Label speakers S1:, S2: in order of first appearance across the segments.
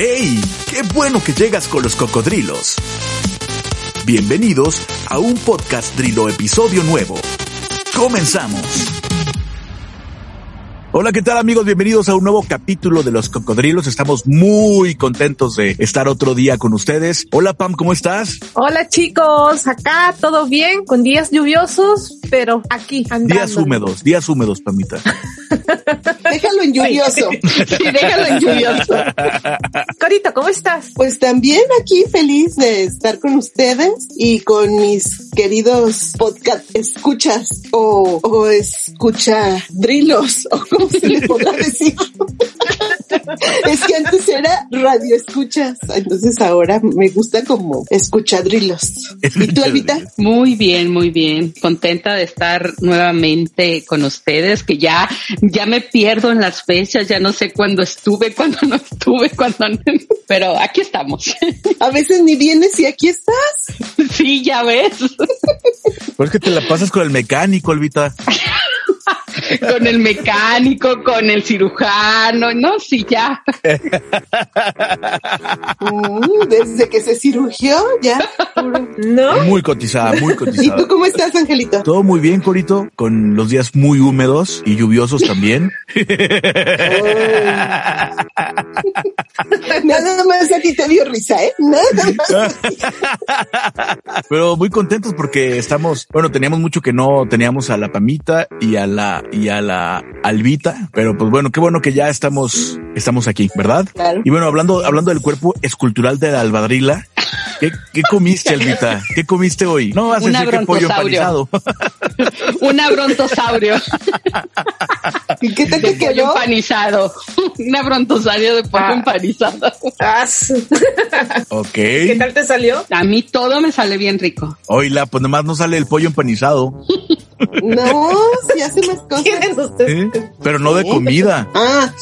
S1: ¡Hey! ¡Qué bueno que llegas con los cocodrilos! Bienvenidos a un podcast Drilo episodio nuevo. ¡Comenzamos! Hola, ¿qué tal amigos? Bienvenidos a un nuevo capítulo de Los Cocodrilos. Estamos muy contentos de estar otro día con ustedes. Hola Pam, ¿cómo estás?
S2: Hola chicos, acá todo bien, con días lluviosos, pero aquí andando.
S1: Días húmedos, días húmedos, Pamita.
S3: Déjalo en lluvioso.
S2: Sí, déjalo en lluvioso. Corito, ¿cómo estás?
S3: Pues también aquí feliz de estar con ustedes y con mis queridos podcast escuchas o, o escucha drilos o como se le podrá decir. es que antes era radio escuchas, entonces ahora me gusta como escuchadrilos. ¿Y tú, Alvita?
S4: Muy bien, muy bien. Contenta de estar nuevamente con ustedes, que ya, ya me pierdo en las fechas, ya no sé cuándo estuve, cuándo no estuve, cuándo no, pero aquí estamos.
S3: A veces ni vienes y aquí estás.
S4: Sí, ya ves.
S1: Pues que te la pasas con el mecánico, Alvita.
S4: con el mecánico, con el cirujano, no, sí, ya.
S3: Uh, desde que se cirugió, ya.
S2: No.
S1: Muy cotizada, muy
S3: ¿Y tú
S1: cotizada.
S3: cómo estás, Angelito?
S1: Todo muy bien, Corito, con los días muy húmedos y lluviosos también.
S3: Nada más a ti te dio risa, ¿eh? Nada más.
S1: Pero muy contentos porque estamos, bueno, teníamos mucho que no teníamos a la Pamita y a la y a la Albita, pero pues bueno, qué bueno que ya estamos estamos aquí, ¿verdad?
S3: Claro.
S1: Y bueno, hablando hablando del cuerpo escultural de la albadrila, ¿qué, qué comiste, Albita? ¿Qué comiste hoy? No vas a
S4: Un
S1: decir que pollo
S4: brontosaurio.
S1: empanizado.
S4: Una brontosaurio,
S3: ¿Y qué tal
S4: de
S3: te
S4: pollo
S3: quedó?
S4: empanizado. Una brontosaurio de pollo
S2: Ah.
S4: empanizado.
S2: Ah, su-
S1: ok.
S2: ¿Qué tal te salió?
S4: A mí todo me sale bien rico.
S1: Oila, pues nomás no sale el pollo empanizado,
S3: No, si hace más cosas.
S2: ¿Quiénes ustedes?
S1: ¿eh? pero no de comida.
S3: Ah,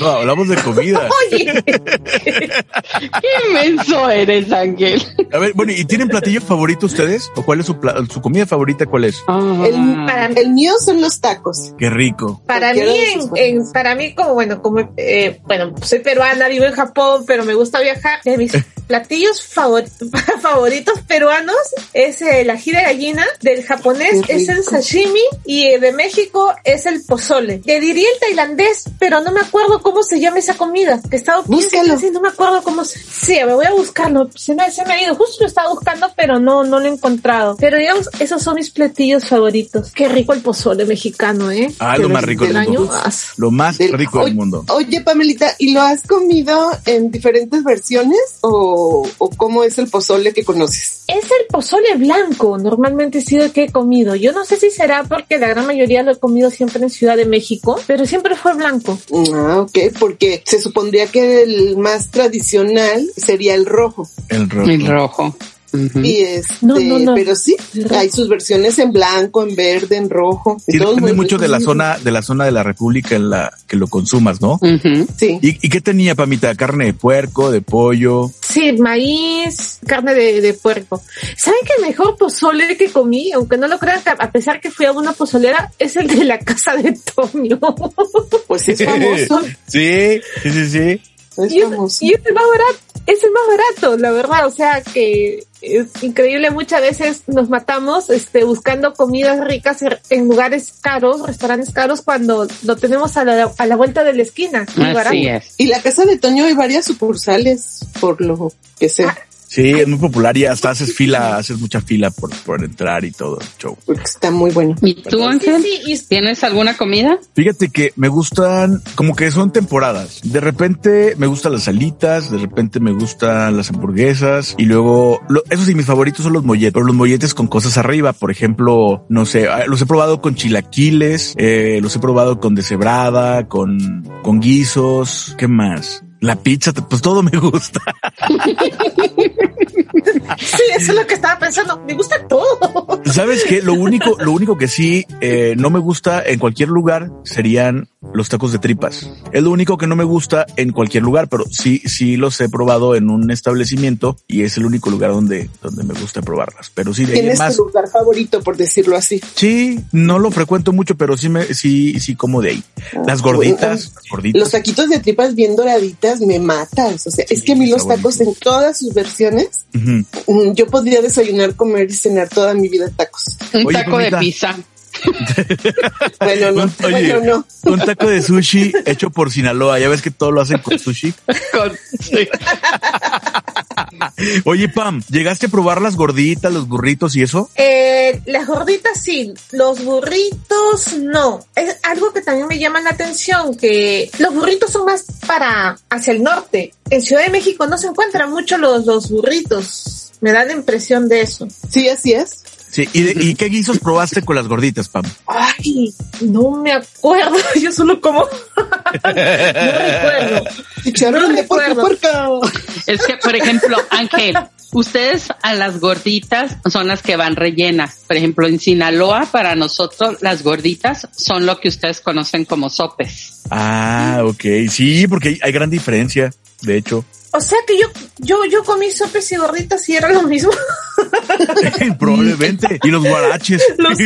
S1: No, hablamos de comida.
S2: Oye,
S4: Qué inmenso eres, Ángel.
S1: A ver, bueno, ¿y tienen platillo favorito ustedes? ¿O cuál es su, pla- su comida favorita? ¿Cuál es?
S4: Ah.
S2: para,
S3: el mío son los tacos.
S1: Qué rico.
S2: para mí,
S3: Cualquiera de
S2: en,
S3: sus cosas.
S2: en- para mí como bueno, como eh, bueno, soy peruana, vivo en Japón, pero me gusta viajar. De mis platillos favor- favoritos peruanos es eh, la gira gallina, del japonés
S3: Qué
S2: es el
S3: rico.
S2: sashimi y eh, de México es el pozole. Te diría el tailandés, pero no me acuerdo cómo se llama esa comida. He estado 15
S3: Búscalo.
S2: veces y no me acuerdo cómo se... Sí, me voy a buscarlo. Se me, se me ha ido. Justo lo estaba buscando, pero no, no lo he encontrado. Pero digamos, esos son mis platillos favoritos. Qué rico el pozole mexicano, ¿eh?
S1: Ah, lo
S2: Pero
S1: más rico del
S2: año,
S1: mundo.
S2: ah,
S1: Lo más
S3: Del-
S1: rico del
S3: Oy-
S1: mundo.
S3: Oye, Pamelita, ¿y lo has comido en diferentes versiones o, o cómo es el pozole que conoces?
S2: Es el pozole blanco, normalmente he sido que he comido. Yo no sé si será porque la gran mayoría lo he comido siempre en Ciudad de México, pero siempre fue blanco.
S3: Ah, ok, porque se supondría que el más tradicional sería el rojo.
S1: El rojo.
S4: El rojo. Ujú.
S3: Y este,
S2: No, no, no.
S3: pero sí,
S2: El rojo.
S3: hay sus versiones en blanco, en verde, en rojo.
S1: Sí,
S3: Todos
S1: depende
S3: muy
S1: mucho de la
S3: ricos.
S1: zona, de la zona de la República en la que lo consumas, ¿no?
S4: Ujú.
S3: Sí.
S1: ¿Y, y qué tenía, Pamita? Carne de puerco, de pollo.
S2: Sí, maíz, carne de, de puerco. ¿Saben qué mejor pozole que comí? Aunque no lo crean, a pesar que fui a una pozolera, es el de la casa de Toño.
S3: Pues es famoso.
S1: Sí, sí, sí, sí.
S3: es
S2: Y es,
S3: famoso.
S2: y es el más barato, es el más barato, la verdad, o sea que es increíble, muchas veces nos matamos este buscando comidas ricas en- en lugares caros, restaurantes caros cuando lo tenemos a la, a la vuelta de la esquina, muy barato.
S4: Así es.
S3: Y la casa de Toño hay varias sucursales, por lo que sé.
S2: Ah.
S1: Sí, es muy popular y hasta haces fila, haces mucha fila por, por entrar y todo. el Show.
S3: Porque está muy bueno.
S4: ¿Y tú, Ángel?
S2: Sí, sí, y-
S4: ¿Tienes alguna comida?
S1: Fíjate que me gustan, como que son temporadas. De repente me gustan las alitas, de repente me gustan las hamburguesas y luego, lo- eso sí, mis favoritos son los molletes, pero los molletes con cosas arriba. Por ejemplo, no sé, ah, los he probado con chilaquiles, eh, los he probado con deshebrada, con, con guisos, ¿qué más? La pizza, pues todo me gusta.
S2: Sí, eso es lo que estaba pensando. Me gusta todo.
S1: ¿Sabes qué? Lo único, lo único que sí eh, no me gusta en cualquier lugar serían los tacos de tripas. Es lo único que no me gusta en cualquier lugar, pero sí, sí los he probado en un establecimiento y es el único lugar donde, donde me gusta probarlas. Pero sí, de ahí en
S3: Tienes
S1: más.
S3: tu lugar favorito, por decirlo así.
S1: Sí, no lo frecuento mucho, pero sí me, sí, sí como de ahí. Las gorditas, las gorditas.
S3: Los taquitos de tripas bien doraditas me matas. O sea, es que a mí los
S1: está
S3: tacos
S1: bonito.
S3: en todas sus versiones,
S1: Ujú.
S3: mm, yo podría desayunar, comer y cenar toda mi vida tacos.
S4: Un
S1: Oye,
S4: taco de
S1: Brunita.
S4: pizza.
S3: Bueno, no,
S1: Un- oye,
S3: bueno, no.
S1: un taco de sushi hecho por Sinaloa. Ya ves que todo lo hacen con sushi.
S4: Con- sí.
S1: Oye, Pam, ¿llegaste a probar las gorditas, los burritos y eso?
S2: Eh, las gorditas sí, los burritos no. Es algo que también me llama la atención, que los burritos son más para hacia el norte. En Ciudad de México no se encuentran mucho los, los burritos. Me da la impresión de eso.
S3: Sí, así es.
S1: Sí. ¿Y, de- y qué guisos probaste con las gorditas, Pam?
S2: Ay, no me acuerdo. Yo solo como. no recuerdo.
S3: Chicharrón
S2: No
S3: de puerco,
S2: recuerdo.
S3: puerco.
S4: Es que, por ejemplo, Ángel, ustedes a las gorditas son las que van rellenas. Por ejemplo, en Sinaloa, para nosotros, las gorditas son lo que ustedes conocen como sopes.
S1: Ah, ok. Sí, porque hay- hay gran diferencia, de hecho.
S2: O sea que yo, yo, yo comí sopes y gorditas y era lo mismo.
S1: Probablemente. Y los guaraches.
S2: Los-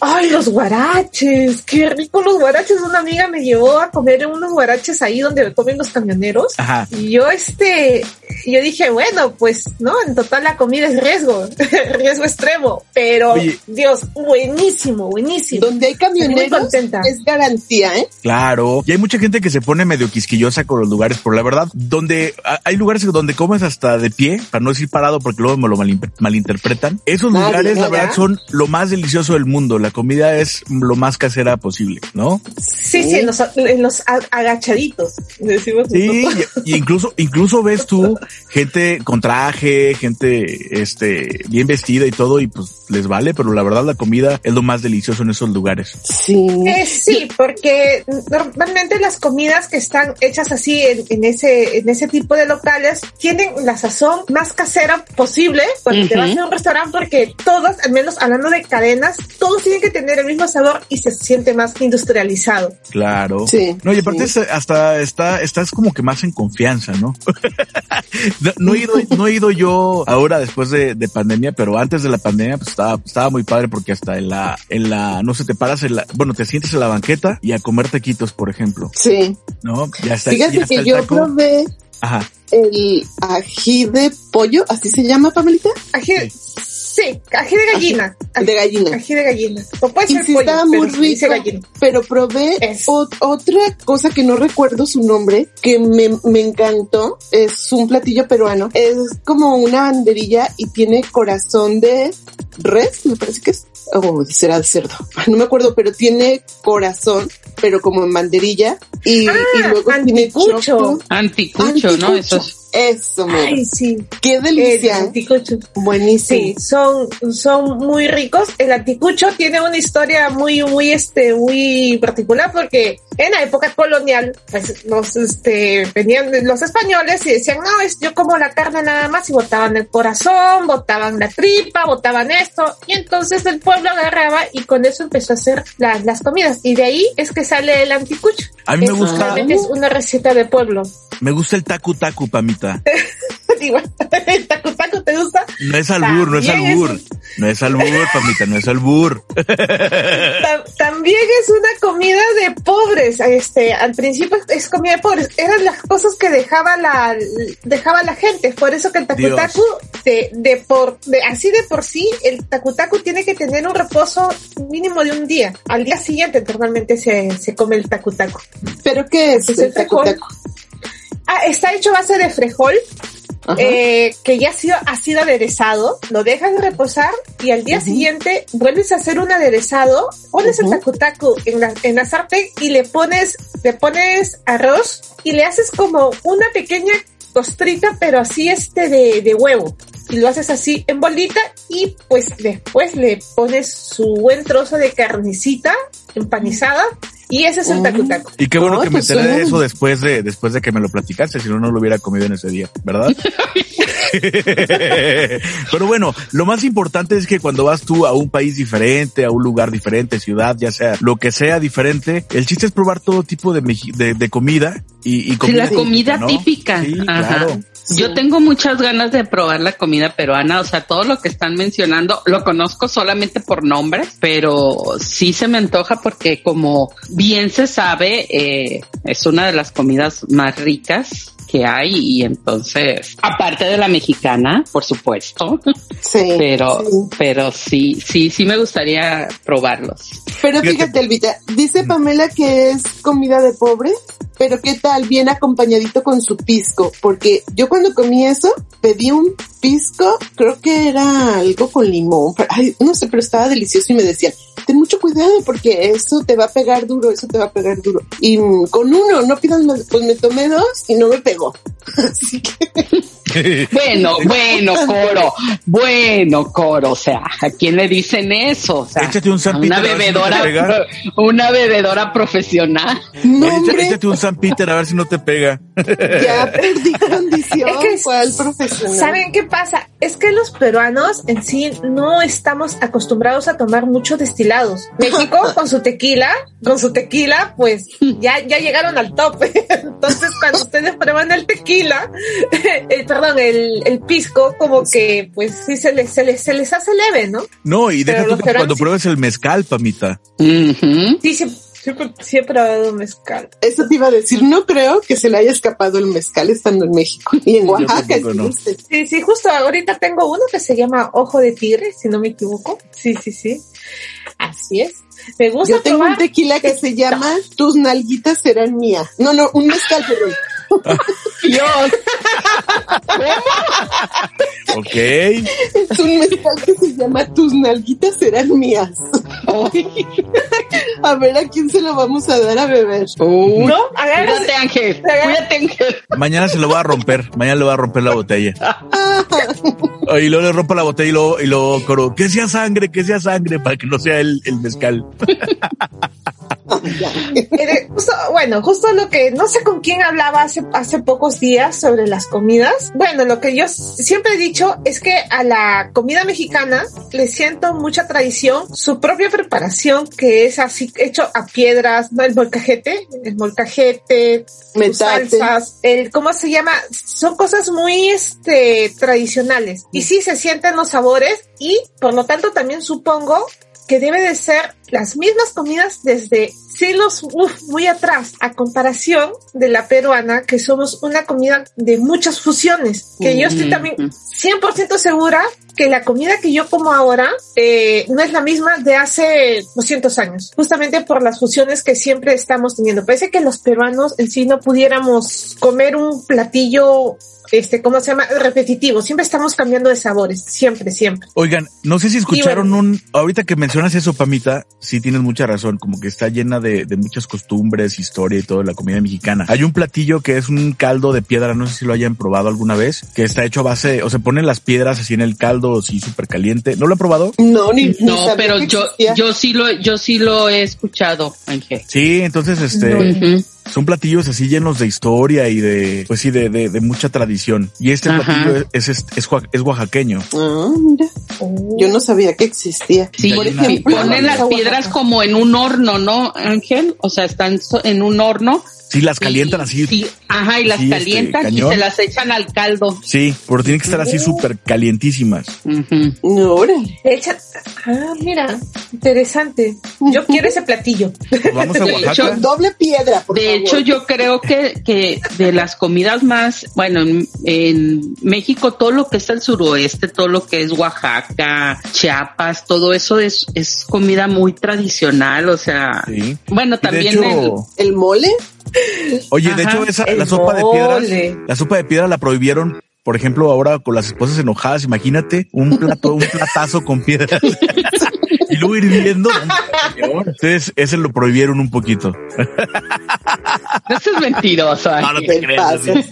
S2: Ay, los guaraches, qué rico los guaraches. Una amiga me llevó a comer unos guaraches ahí donde comen los camioneros.
S1: Ajá.
S2: Y yo este, yo dije, bueno, pues no, en total la comida es riesgo, riesgo extremo, pero
S1: Oye.
S2: Dios, buenísimo, buenísimo.
S3: Donde hay
S2: Muy
S3: camioneros
S2: contenta.
S3: es garantía, ¿eh?
S1: Claro. Y hay mucha gente que se pone medio quisquillosa con los lugares, pero la verdad, donde a- hay lugares donde comes hasta de pie, para no decir parado, porque luego me lo malin- malinterpretan. Esos
S3: Nadie,
S1: lugares, la
S3: ¿verdad?
S1: verdad, son lo más delicioso del mundo. La comida es lo más casera posible, ¿no?
S2: Sí, sí, en los, en los a- agachaditos, decimos
S1: Sí,
S2: nosotros.
S1: y y incluso, incluso ves tú gente con traje, gente, este, bien vestida y todo, y pues les vale, pero la verdad la comida es lo más delicioso en esos lugares.
S3: Sí.
S2: Eh, sí, porque normalmente las comidas que están hechas así en, en ese en ese tipo de locales tienen la sazón más casera posible cuando te
S4: Ujú.
S2: vas a un restaurante porque todas, al menos hablando de cadenas, todos tienen que tener el mismo sabor y se siente más industrializado.
S1: Claro.
S3: Sí,
S1: No, y aparte es- hasta está, estás como que más en confianza, ¿no? no, no he ido, no he ido yo ahora después de, de pandemia, pero antes de la pandemia pues estaba, estaba muy padre porque hasta en la, en la, no sé, te paras en la, bueno, te sientes en la banqueta y a comer taquitos, por ejemplo,
S3: Sí.
S1: ¿no? Ya está, ya
S3: Fíjate
S1: está
S3: que
S1: el
S3: yo
S1: taco.
S3: probé
S1: Ajá.
S3: el ají de pollo, así se llama, Pablita,
S2: Ají, sí, ají de gallina.
S3: de gallina.
S2: Ají de gallina. O puede
S3: Y
S2: ser
S3: sí
S2: pollo,
S3: estaba
S2: pero
S3: muy
S2: se dice
S3: rico,
S2: gallina.
S3: pero probé
S2: Es.
S3: ot- otra cosa que no recuerdo su nombre, que me, me encantó, es un platillo peruano, es como una banderilla y tiene corazón de res, me parece que es, o será de cerdo, no me acuerdo, pero tiene corazón, pero como en banderilla, y, y luego tiene
S2: Ah, anticucho.
S3: choclo.
S4: Anticucho, ¿no?
S3: Anticucho.
S4: Eso es.
S3: Eso, mero.
S2: Ay, sí. Eh,
S3: qué
S2: El
S3: delicia.
S2: anticucho.
S3: Buenísimo.
S2: Sí, son, son muy ricos. El anticucho tiene una historia muy, muy, este, muy particular porque en la época colonial, pues, los, este, venían los españoles y decían, no, es, yo como la carne nada más y botaban el corazón, botaban la tripa, botaban esto. Y entonces el pueblo agarraba y con eso empezó a hacer las, las comidas. Y de ahí es que sale el anticucho.
S1: A mí me
S2: Es
S1: gusta-
S2: realmente es una receta de pueblo.
S1: Me gusta el tacu tacu, Pamita.
S2: Digo, taco, taco, ¿te gusta?
S1: No es albur, no es
S2: También es
S1: albur.
S2: un-
S1: No es albur, Pamita, no es albur.
S2: Ta- también es una comida de pobres. Este, al principio es comida de pobres. Eran las cosas que dejaba la, dejaba la gente. Por eso que el
S1: Dios.
S2: takutaku, de, de por, de- así de por sí, el takutaku tiene que tener un reposo mínimo de un día. Al día siguiente normalmente se, se come el takutaku.
S3: ¿Pero qué es?
S2: Es el frijol. Ah, está hecho a base de frijol,
S3: Ajá.
S2: eh, que ya ha sido, ha sido aderezado, lo dejas reposar y al día
S3: Ujú.
S2: siguiente vuelves a hacer un aderezado, pones
S3: Ujú.
S2: el takutaku en la, en la sartén y le pones, le pones arroz y le haces como una pequeña costrita, pero así este de, de huevo. Y lo haces así en bolita y pues después le pones su buen trozo de carnicita empanizada Y ese es el tacu tacu.
S1: Y qué bueno
S3: No,
S1: que me
S3: pues,
S1: enteré de
S3: sí.
S1: eso después de, después de que me lo platicaste, si no, no lo hubiera comido en ese día, ¿verdad? Pero bueno, lo más importante es que cuando vas tú a un país diferente, a un lugar diferente, ciudad, ya sea lo que sea diferente, el chiste es probar todo tipo de, meji- de, de comida y, y
S4: Sí, la comida
S1: ¿no?
S4: típica.
S1: Sí,
S4: Ajá.
S1: claro.
S4: Yo tengo muchas ganas de probar la comida peruana, o sea, todo lo que están mencionando lo conozco solamente por nombres, pero sí se me antoja porque como bien se sabe, eh, es una de las comidas más ricas que hay y entonces, aparte de la mexicana, por supuesto,
S3: Sí.
S4: pero,
S3: sí.
S4: pero sí, sí, sí me gustaría probarlos.
S3: Pero
S1: Fíjate.
S3: fíjate, Elvita, dice Pamela que es comida de pobre, pero qué tal bien acompañadito con su pisco, porque yo cuando comí eso pedí un pisco, creo que era algo con limón, pero- ay, no sé, pero estaba delicioso y me decían, ten mucho cuidado porque eso te va a pegar duro, eso te va a pegar duro. Y mm, con uno, no pidas más, pues me tomé dos y no me pegó. Así que
S4: Bueno, bueno, coro, bueno, coro, o sea, ¿a quién le dicen eso? O sea,
S1: Échate un
S4: a
S1: San
S4: una
S1: Peter, a ver si no te
S4: bebedora,
S1: pega.
S4: una bebedora profesional.
S3: no,
S1: Oye, echa-
S3: hombre,
S1: échate un San Peter a ver si no te pega.
S3: ya perdí condición,
S2: Es que
S3: cual profesional.
S2: ¿Saben qué pasa? Es que los peruanos en sí no estamos acostumbrados a tomar muchos destilados. México con su tequila, con su tequila, pues ya, ya llegaron al tope. Entonces, cuando ustedes prueban el tequila, el, perdón, el, el pisco, como que pues sí se les, se les, se les hace leve, ¿no?
S1: No, y
S2: Pero
S1: deja tú
S2: los
S1: que
S2: peruanos
S1: cuando
S2: sí-
S1: pruebes el mezcal, pamita.
S4: Ujú.
S2: Sí, siempre, siempre, sí he probado mezcal.
S3: Eso te iba a decir, no creo que se le haya escapado el mezcal estando en México y en Oaxaca.
S1: tampoco, no.
S3: dijiste.
S2: Sí, sí, justo ahorita tengo uno que se llama Ojo de Tigre, si no me equivoco. Sí, sí, sí. Así es. Me gusta
S3: Yo tengo
S2: probar.
S3: un tequila que se llama Tus nalguitas serán mía. No, no, un mezcal, perdón.
S4: Dios,
S1: Ok.
S3: Es un mezcal que se llama Tus nalguitas serán mías.
S4: Uy,
S3: A ver a quién se lo vamos a dar a beber.
S4: uy.
S2: No, agarras
S4: oh. Cuídate, Ángel. Cuídate, Ángel.
S1: Mañana se lo va a romper. Mañana le va a romper la botella.
S3: Ah,
S1: Y luego le rompa la botella y luego, y luego coro, que sea sangre, que sea sangre, para que no sea el, el mezcal.
S3: ya.
S2: Mire, Eh, justo- bueno, justo lo que no sé con quién hablaba hace, hace pocos días sobre las comidas. Bueno, lo que yo s- siempre he dicho es que a la comida mexicana le siento mucha tradición, su propia preparación que es así hecho a piedras, ¿no? El molcajete, el molcajete, sus
S3: Metate.
S2: salsas, el cómo se llama, son cosas muy este tradicionales y sí se sienten los sabores y por lo tanto también supongo que debe de ser las mismas comidas desde siglos uf, muy atrás, a comparación de la peruana, que somos una comida de muchas fusiones, que yo estoy también 100% segura que la comida que yo como ahora eh, no es la misma de hace 200 años, justamente por las fusiones que siempre estamos teniendo. Parece que los peruanos en sí no pudiéramos comer un platillo, este, ¿cómo se llama? Repetitivo. Siempre estamos cambiando de sabores, siempre, siempre.
S1: Oigan, no sé si escucharon
S2: Y
S1: un, ahorita que mencionas eso, Pamita, sí tienes mucha razón, como que está llena de, de muchas costumbres, historia y todo, la comida mexicana. Hay un platillo que es un caldo de piedra, no sé si lo hayan probado alguna vez, que está hecho a base, de- o se ponen las piedras así en el caldo, así súper caliente. ¿No lo han probado?
S3: No, ni, ni
S4: No,
S3: sabía
S4: pero
S3: que
S4: yo,
S3: existía.
S4: yo sí lo, yo sí lo he escuchado, Ángel.
S1: Sí, entonces este...
S4: Ujú.
S1: Son platillos así llenos de historia y de, pues sí, de, de, de mucha tradición. Y este
S4: Ajá.
S1: platillo es, es, es, oa- es oaxaqueño.
S3: Ah, mira, yo no sabía que existía.
S4: Sí,
S3: Por
S4: y
S3: ejemplo,
S4: ponen las
S3: Oaxaca.
S4: piedras como en un horno, ¿no, Ángel? O sea, están so- en un horno
S1: Sí, las calientan
S4: Y-
S1: así.
S4: y- ajá, y las
S1: así, este,
S4: calientan y
S1: cañón.
S4: se las echan al caldo.
S1: Sí, pero tienen que estar
S4: Uh.
S1: así súper calientísimas.
S4: Ujú.
S3: No, órale.
S2: Echa- Ah, mira, interesante. Yo quiero ese platillo.
S1: Pues vamos a
S4: De
S1: Oaxaca.
S4: hecho-
S3: Doble piedra, por
S4: De
S3: favor.
S4: hecho, yo creo que, que de las comidas más, bueno, en, en México, todo lo que es el suroeste, todo lo que es Oaxaca, Chiapas, todo eso es, es comida muy tradicional, o sea,
S1: Sí.
S4: bueno,
S1: Y de
S4: también el-
S1: hecho,
S3: ¿El mole?
S1: oye, de
S4: Ajá,
S1: hecho, esa,
S2: el
S1: la sopa de
S2: mole.
S1: piedras, la sopa de piedra la prohibieron, por ejemplo, ahora con las esposas enojadas. Imagínate un plato, un platazo con piedras. y luego hirviendo. Entonces, ese lo prohibieron un poquito.
S4: no seas mentiroso.
S1: Ah, No, no
S4: Ángel.
S1: te
S3: Te
S1: creas, así.
S3: pasas.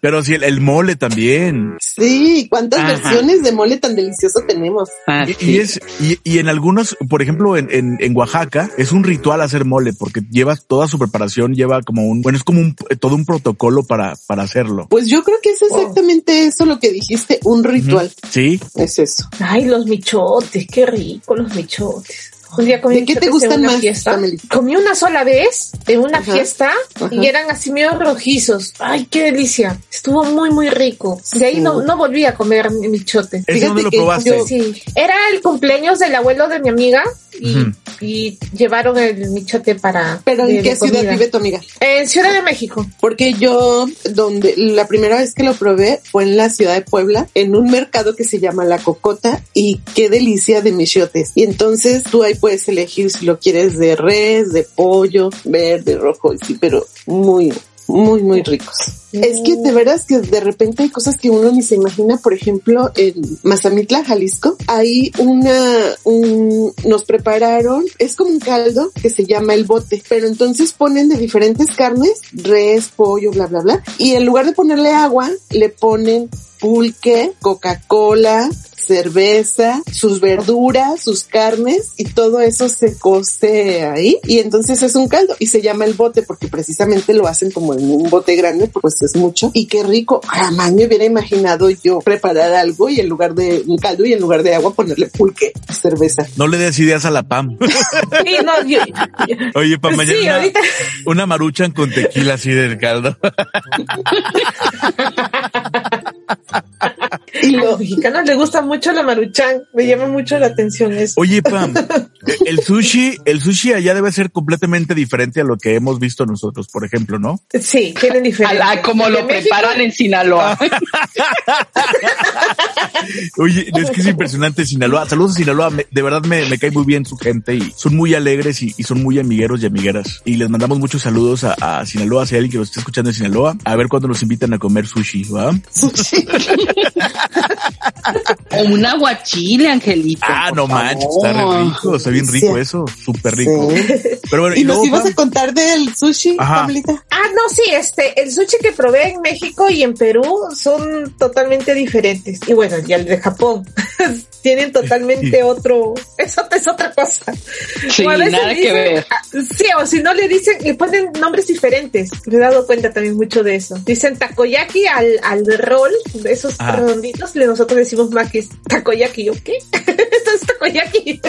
S1: Pero sí, el, el mole también.
S3: Sí, cuántas
S4: Ajá.
S3: versiones de mole tan delicioso tenemos.
S4: Así.
S1: Y, y es, y, y en algunos, por ejemplo, en, en, en Oaxaca, es un ritual hacer mole porque llevas toda su preparación, lleva como un, bueno, es como un, eh, todo un protocolo para, para hacerlo.
S3: Pues yo creo que es exactamente eso lo que dijiste, un ritual.
S1: Sí,
S3: Es eso.
S2: Ay, los michotes, qué rico los michotes. Un día comí
S3: ¿De qué te
S2: michotes
S3: gustan
S2: en una
S3: más,
S2: fiesta.
S3: Amelie?
S2: Comí una sola vez en una
S3: Ajá,
S2: fiesta y
S3: ajá.
S2: eran así medio rojizos. Ay, qué delicia. Estuvo muy, muy rico. De ahí no,
S3: Ujú.
S2: no volví a comer mi- michote.
S1: es
S3: Fíjate
S1: donde lo
S3: que
S1: probaste.
S3: yo-
S2: Sí, era el cumpleaños del abuelo de mi amiga y,
S1: Ujú.
S2: y llevaron el michote para.
S3: Pero
S2: de-
S3: ¿en qué
S2: de
S3: ciudad
S2: comida.
S3: vive tu amiga?
S2: En Ciudad de México.
S3: Porque yo, donde la primera vez que lo probé fue en la ciudad de Puebla, en un mercado que se llama La Cocota y qué delicia de michotes. Y entonces tú ahí puedes elegir si lo quieres de res, de pollo, verde, rojo, sí, pero muy, muy, muy ricos. Es que de veras que de repente hay cosas que uno ni se imagina. Por ejemplo, en Mazamitla, Jalisco, hay una, un, nos prepararon, es como un caldo que se llama el bote, pero entonces ponen de diferentes carnes, res, pollo, bla, bla, bla. Y en lugar de ponerle agua, le ponen pulque, Coca-Cola, cerveza, sus verduras, sus carnes y todo eso se cose ahí y entonces es un caldo y se llama el bote porque precisamente lo hacen como en un bote grande, pues es mucho y qué rico. Jamás me hubiera imaginado yo preparar algo y en lugar de un caldo y en lugar de agua ponerle pulque, cerveza.
S1: No le des ideas a la Pam.
S2: Sí, no, yo- yo-
S1: Oye, para
S2: Sí,
S1: mañana una-
S2: ahorita.
S1: una maruchan con tequila así del caldo.
S3: Y
S2: a los
S3: lo
S2: mexicanos les gusta mucho la maruchan. Me llama mucho la atención eso.
S1: Oye, Pam, el sushi, el sushi allá debe ser completamente diferente a lo que hemos visto nosotros, por ejemplo, ¿no?
S2: Sí, tienen
S4: A
S2: diferencia.
S4: la- como ah, lo
S2: De México,
S4: preparan en Sinaloa.
S1: Oye, es que es impresionante Sinaloa. Saludos a Sinaloa. Me- de verdad me, me cae muy bien su gente y son muy alegres y, y son muy amigueros y amigueras. Y les mandamos muchos saludos a, a Sinaloa, si hay alguien que nos esté escuchando en Sinaloa, a ver cuándo nos invitan a comer sushi, ¿va?
S3: sushi.
S4: O un aguachile, Angelito.
S1: Ah,
S4: por
S1: no manches, está re
S4: favor.
S1: rico, está bien rico
S3: Sí.
S1: eso, súper rico.
S3: Sí.
S1: Pero bueno, y,
S3: Y nos
S1: luego,
S3: ibas
S1: Pam,
S3: a contar del sushi,
S1: Ajá.
S3: Pablita.
S2: Ah, no, sí, este, el sushi que probé en México y en Perú son totalmente diferentes. Y bueno, y el de Japón. Tienen totalmente otro, eso es otra cosa.
S4: Sí,
S2: O a veces
S4: nada que
S2: dicen-
S4: ver.
S2: ah, Sí, o si no le dicen, le ponen nombres diferentes. Me he dado cuenta también mucho de eso. Dicen takoyaki al, al rol, de esos
S1: Ajá.
S2: redonditos, le nosotros decimos maquis, takoyaki, ¿yo qué? Esto es takoyaki.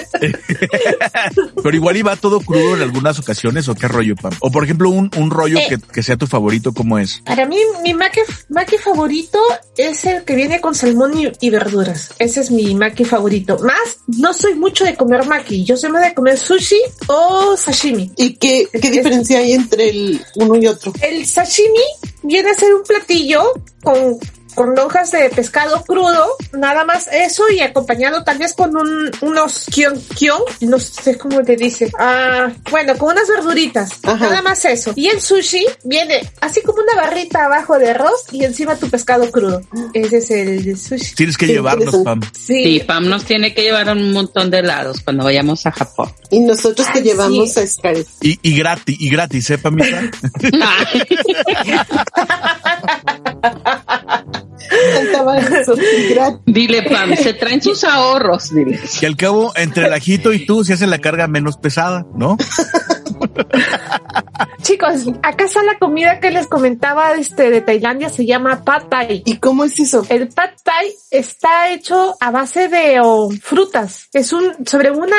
S1: pero igual iba todo crudo en algunas ocasiones o qué rollo, Pam. O por ejemplo, un, un rollo
S2: Eh.
S1: que, que sea tu favorito, ¿cómo es?
S2: Para mí, mi maqui, maqui favorito es el que viene con salmón y, y verduras. Ese es mi maqui favorito. Más, no soy mucho de comer maqui. Yo soy más de comer sushi o sashimi.
S3: ¿Y qué, qué diferencia hay entre el uno y otro?
S2: El sashimi viene a ser un platillo con, con lonjas de pescado crudo, nada más eso y acompañado tal vez con un, unos kion, kion, no sé cómo te dice. Ah, bueno, con unas verduritas,
S3: Ajá.
S2: nada más eso. Y el sushi viene así como una barrita abajo de arroz y encima tu pescado crudo. Ese es el sushi.
S1: Tienes que
S3: Qué
S1: llevarnos, Pam.
S3: interesante.
S4: Sí, Pam nos tiene que llevar a un montón de helados cuando vayamos a Japón.
S3: Y nosotros te
S2: Ay,
S3: llevamos
S2: sí.
S3: a Scarlet.
S1: Y, y gratis, y gratis, ¿eh, Pamita?
S3: Faltaba eso, gratis.
S4: Dile, Pam, se traen sus ahorros, dile.
S1: Que al cabo, entre el ajito y tú se hace la carga menos pesada, ¿no?
S2: Chicos, acá está la comida que les comentaba este de Tailandia, se llama Pad Thai.
S3: ¿Y cómo es eso?
S2: El pad thai está hecho a base de oh, frutas. Es un sobre una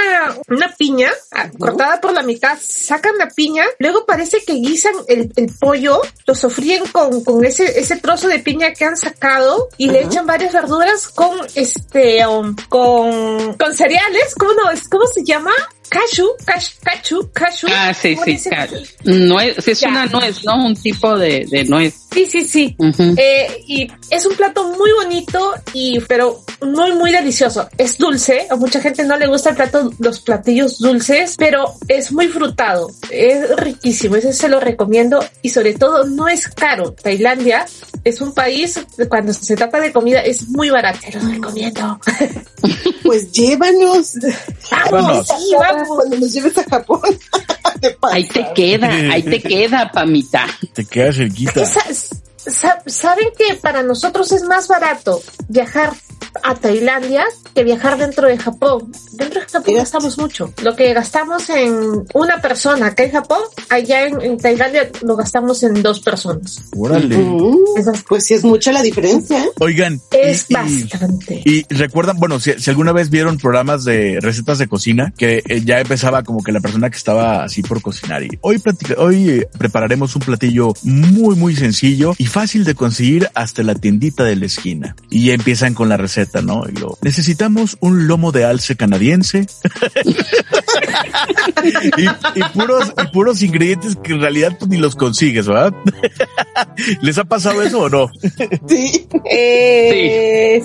S2: una piña ah, cortada por la mitad. Sacan la piña, luego parece que guisan el, el pollo, lo sofríen con, con ese ese trozo de piña que han sacado y le
S3: Ujú.
S2: echan varias verduras con este um, con con cereales. ¿Cómo no? Es- ¿Cómo se llama? Cashew, cash, cashew, cashew.
S4: Ah, sí,
S2: ¿Cómo
S4: sí,
S2: dicen?
S4: claro. Nuez, es
S2: Ya.
S4: una nuez, ¿no? Un tipo de, de nuez.
S2: Sí, sí, sí.
S4: Ujú.
S2: Eh, y es un plato muy bonito y pero muy muy delicioso. Es dulce, a mucha gente no le gusta el plato los platillos dulces, pero es muy frutado, es riquísimo, ese se lo recomiendo y sobre todo no es caro. Tailandia es un país cuando se trata de comida es muy barato, te lo recomiendo.
S3: Pues llévanos.
S1: Vámonos.
S2: sí, vamos.
S3: Cuando nos lleves a Japón. de paso.
S4: Ahí te queda, ahí te queda, Pamita.
S1: Te queda cerquita.
S2: Esa es- sa- saben que para nosotros es más barato viajar a Tailandia que viajar dentro de Japón. Dentro de Japón
S3: Mira.
S2: gastamos mucho. Lo que gastamos en una persona acá en Japón, allá en, en Tailandia lo gastamos en dos personas.
S1: Órale.
S3: Mm,
S2: Eso
S3: Pues sí es mucha la diferencia. ¿eh?
S1: Oigan.
S2: es
S1: y- y-
S2: bastante.
S1: Y recuerdan, bueno, si, si alguna vez vieron programas de recetas de cocina, que eh, ya empezaba como que la persona que estaba así por cocinar y hoy platica- hoy eh, prepararemos un platillo muy, muy sencillo y fácil de conseguir hasta la tiendita de la esquina. Y ya empiezan con la receta, ¿no? Y lo, necesitamos un lomo de alce canadiense. y, y puros, y puros ingredientes que en realidad pues, ni los consigues, ¿verdad? ¿Les ha pasado eso o no?
S3: Sí.
S2: Eh,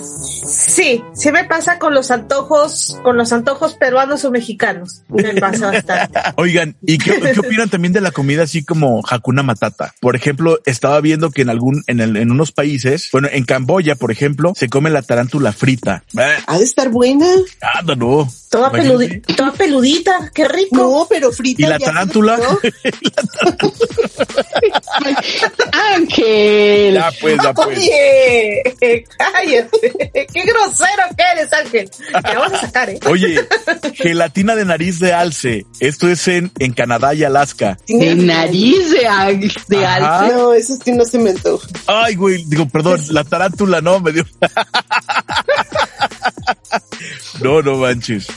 S2: sí, sí me pasa con los antojos, con los antojos peruanos o mexicanos. Me pasa bastante.
S1: Oigan, ¿y qué, qué opinan también de la comida así como Hakuna Matata? Por ejemplo, estaba viendo que en algún, en, el- en unos países, bueno, en Camboya, por ejemplo, se come la tarántula frita. Eh,
S3: Ha de estar buena.
S1: ah, no, no.
S2: Toda,
S1: Imagínate.
S2: peludi- toda peludita, qué rico.
S3: No, pero frita.
S1: ¿Y la
S3: ya se
S1: tarántula?
S3: derritió.
S4: Ángel.
S1: Ya pues, ya pues.
S2: Oye, cállate. Qué grosero que eres, Ángel. Te vamos a sacar, ¿eh?
S1: Oye, gelatina de nariz de alce. Esto es en, en Canadá y Alaska.
S4: De nariz de, ángel- de
S1: Ajá.
S4: alce.
S3: No, eso sí no se me antoja.
S1: Ay, güey, digo, perdón, la tarántula no me dio. No, no manches.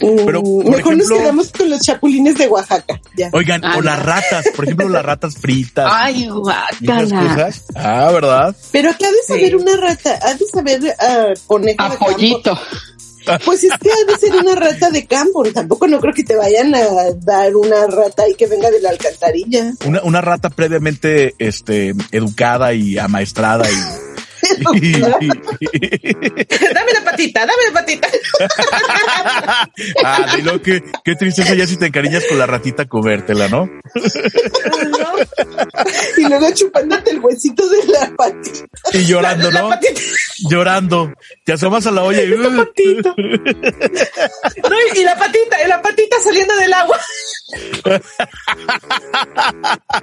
S1: Pero,
S3: Mm,
S1: por
S3: mejor nos
S1: ejemplo-
S3: quedamos con los chapulines de Oaxaca. Ya.
S1: Oigan, o
S4: Ah,
S1: las
S4: no.
S1: ratas, por ejemplo, las ratas fritas.
S4: Ay,
S1: y esas
S4: guácala.
S1: cosas. Ah, ¿verdad?
S3: Pero acá ha de saber
S2: Sí.
S3: una rata, ha de saber ah, conejo de
S4: A
S3: campo.
S4: pollito.
S3: Pues es que ha de ser una rata de campo. Tampoco no creo que te vayan a dar una rata y que venga de la alcantarilla.
S1: Una, una rata previamente este, educada y amaestrada y, y- y-
S2: Dame la patita, dame la patita.
S1: ah, de lo que qué tristeza ya si te encariñas con la ratita comértela, ¿no?
S3: Y luego chupándote el huesito de la patita.
S1: Y llorando,
S2: La
S1: ¿no?
S2: patita.
S1: Llorando. Te asomas a la olla y uh,
S2: patita. No, y- y la patita, y la patita saliendo del agua.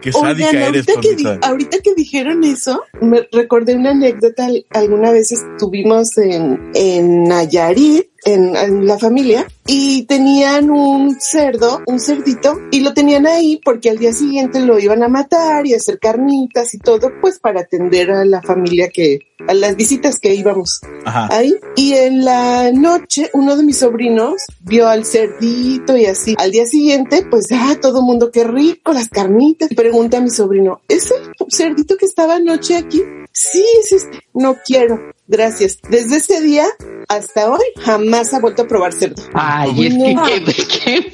S1: qué sádica
S3: Oigan,
S1: eres,
S3: ahorita que, di-
S1: Paulita.
S3: ahorita que dijeron eso, me recordé una anécdota. Al- Alguna vez estuvimos en, en Nayarit, en, en la familia, y tenían un cerdo, un cerdito, y lo tenían ahí porque al día siguiente lo iban a matar y hacer carnitas y todo, pues para atender a la familia que, a las visitas que íbamos
S1: Ajá.
S3: ahí. Y en la noche, uno de mis sobrinos vio al cerdito y así. Al día siguiente, pues, ah, todo mundo, qué rico, las carnitas. Y pregunta a mi sobrino, ¿es el cerdito que estaba anoche aquí? Sí, es este. No quiero. Gracias. Desde ese día hasta hoy, jamás ha vuelto a probar cerdo.
S4: Ay, es
S3: No.
S4: que qué, qué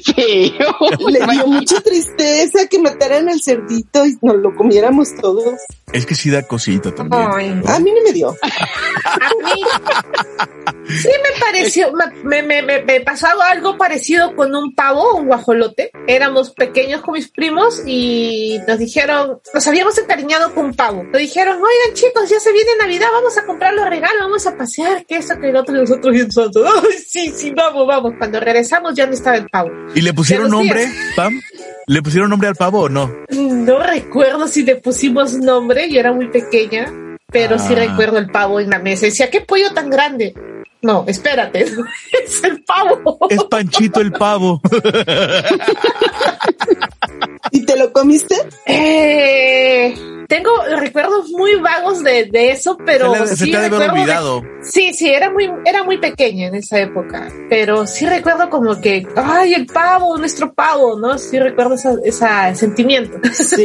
S4: feo.
S3: Le dio mucha tristeza que mataran al cerdito y nos lo comiéramos todos.
S1: Es que sí da cosita también.
S2: Ay.
S3: A mí no me dio.
S2: A mí sí me pareció, me, me, me, me pasó algo- algo parecido con un pavo, un guajolote. Éramos pequeños con mis primos y nos dijeron, nos habíamos encariñado con un pavo. Nos dijeron, oigan chicos, ya se viene Navidad, vamos a comprar los regalos, vamos a pasear, que eso, que el otro, y nosotros bien santos. Ay, sí, sí, vamos, vamos. Cuando regresamos ya no estaba el pavo.
S1: ¿Y le pusieron
S2: Buenos
S1: nombre, Pam? ¿Le pusieron nombre al pavo o no?
S2: No recuerdo si le pusimos nombre, yo era muy pequeña, pero sí
S1: Ah.
S2: recuerdo el pavo en la mesa. Decía, ¿qué pollo tan grande? No, espérate, es el pavo.
S1: Es Panchito el pavo.
S3: ¿Y te lo comiste?
S2: Eh, tengo recuerdos muy vagos de, de eso, pero
S1: se, le- se
S2: sí
S1: te ha de haber
S2: recuerdo de-
S1: olvidado.
S2: sí, sí, era muy, era muy pequeña en esa época, pero sí recuerdo como que, ay, el pavo, nuestro pavo, ¿no? Sí recuerdo esa- esa- ese sentimiento.
S3: Sí.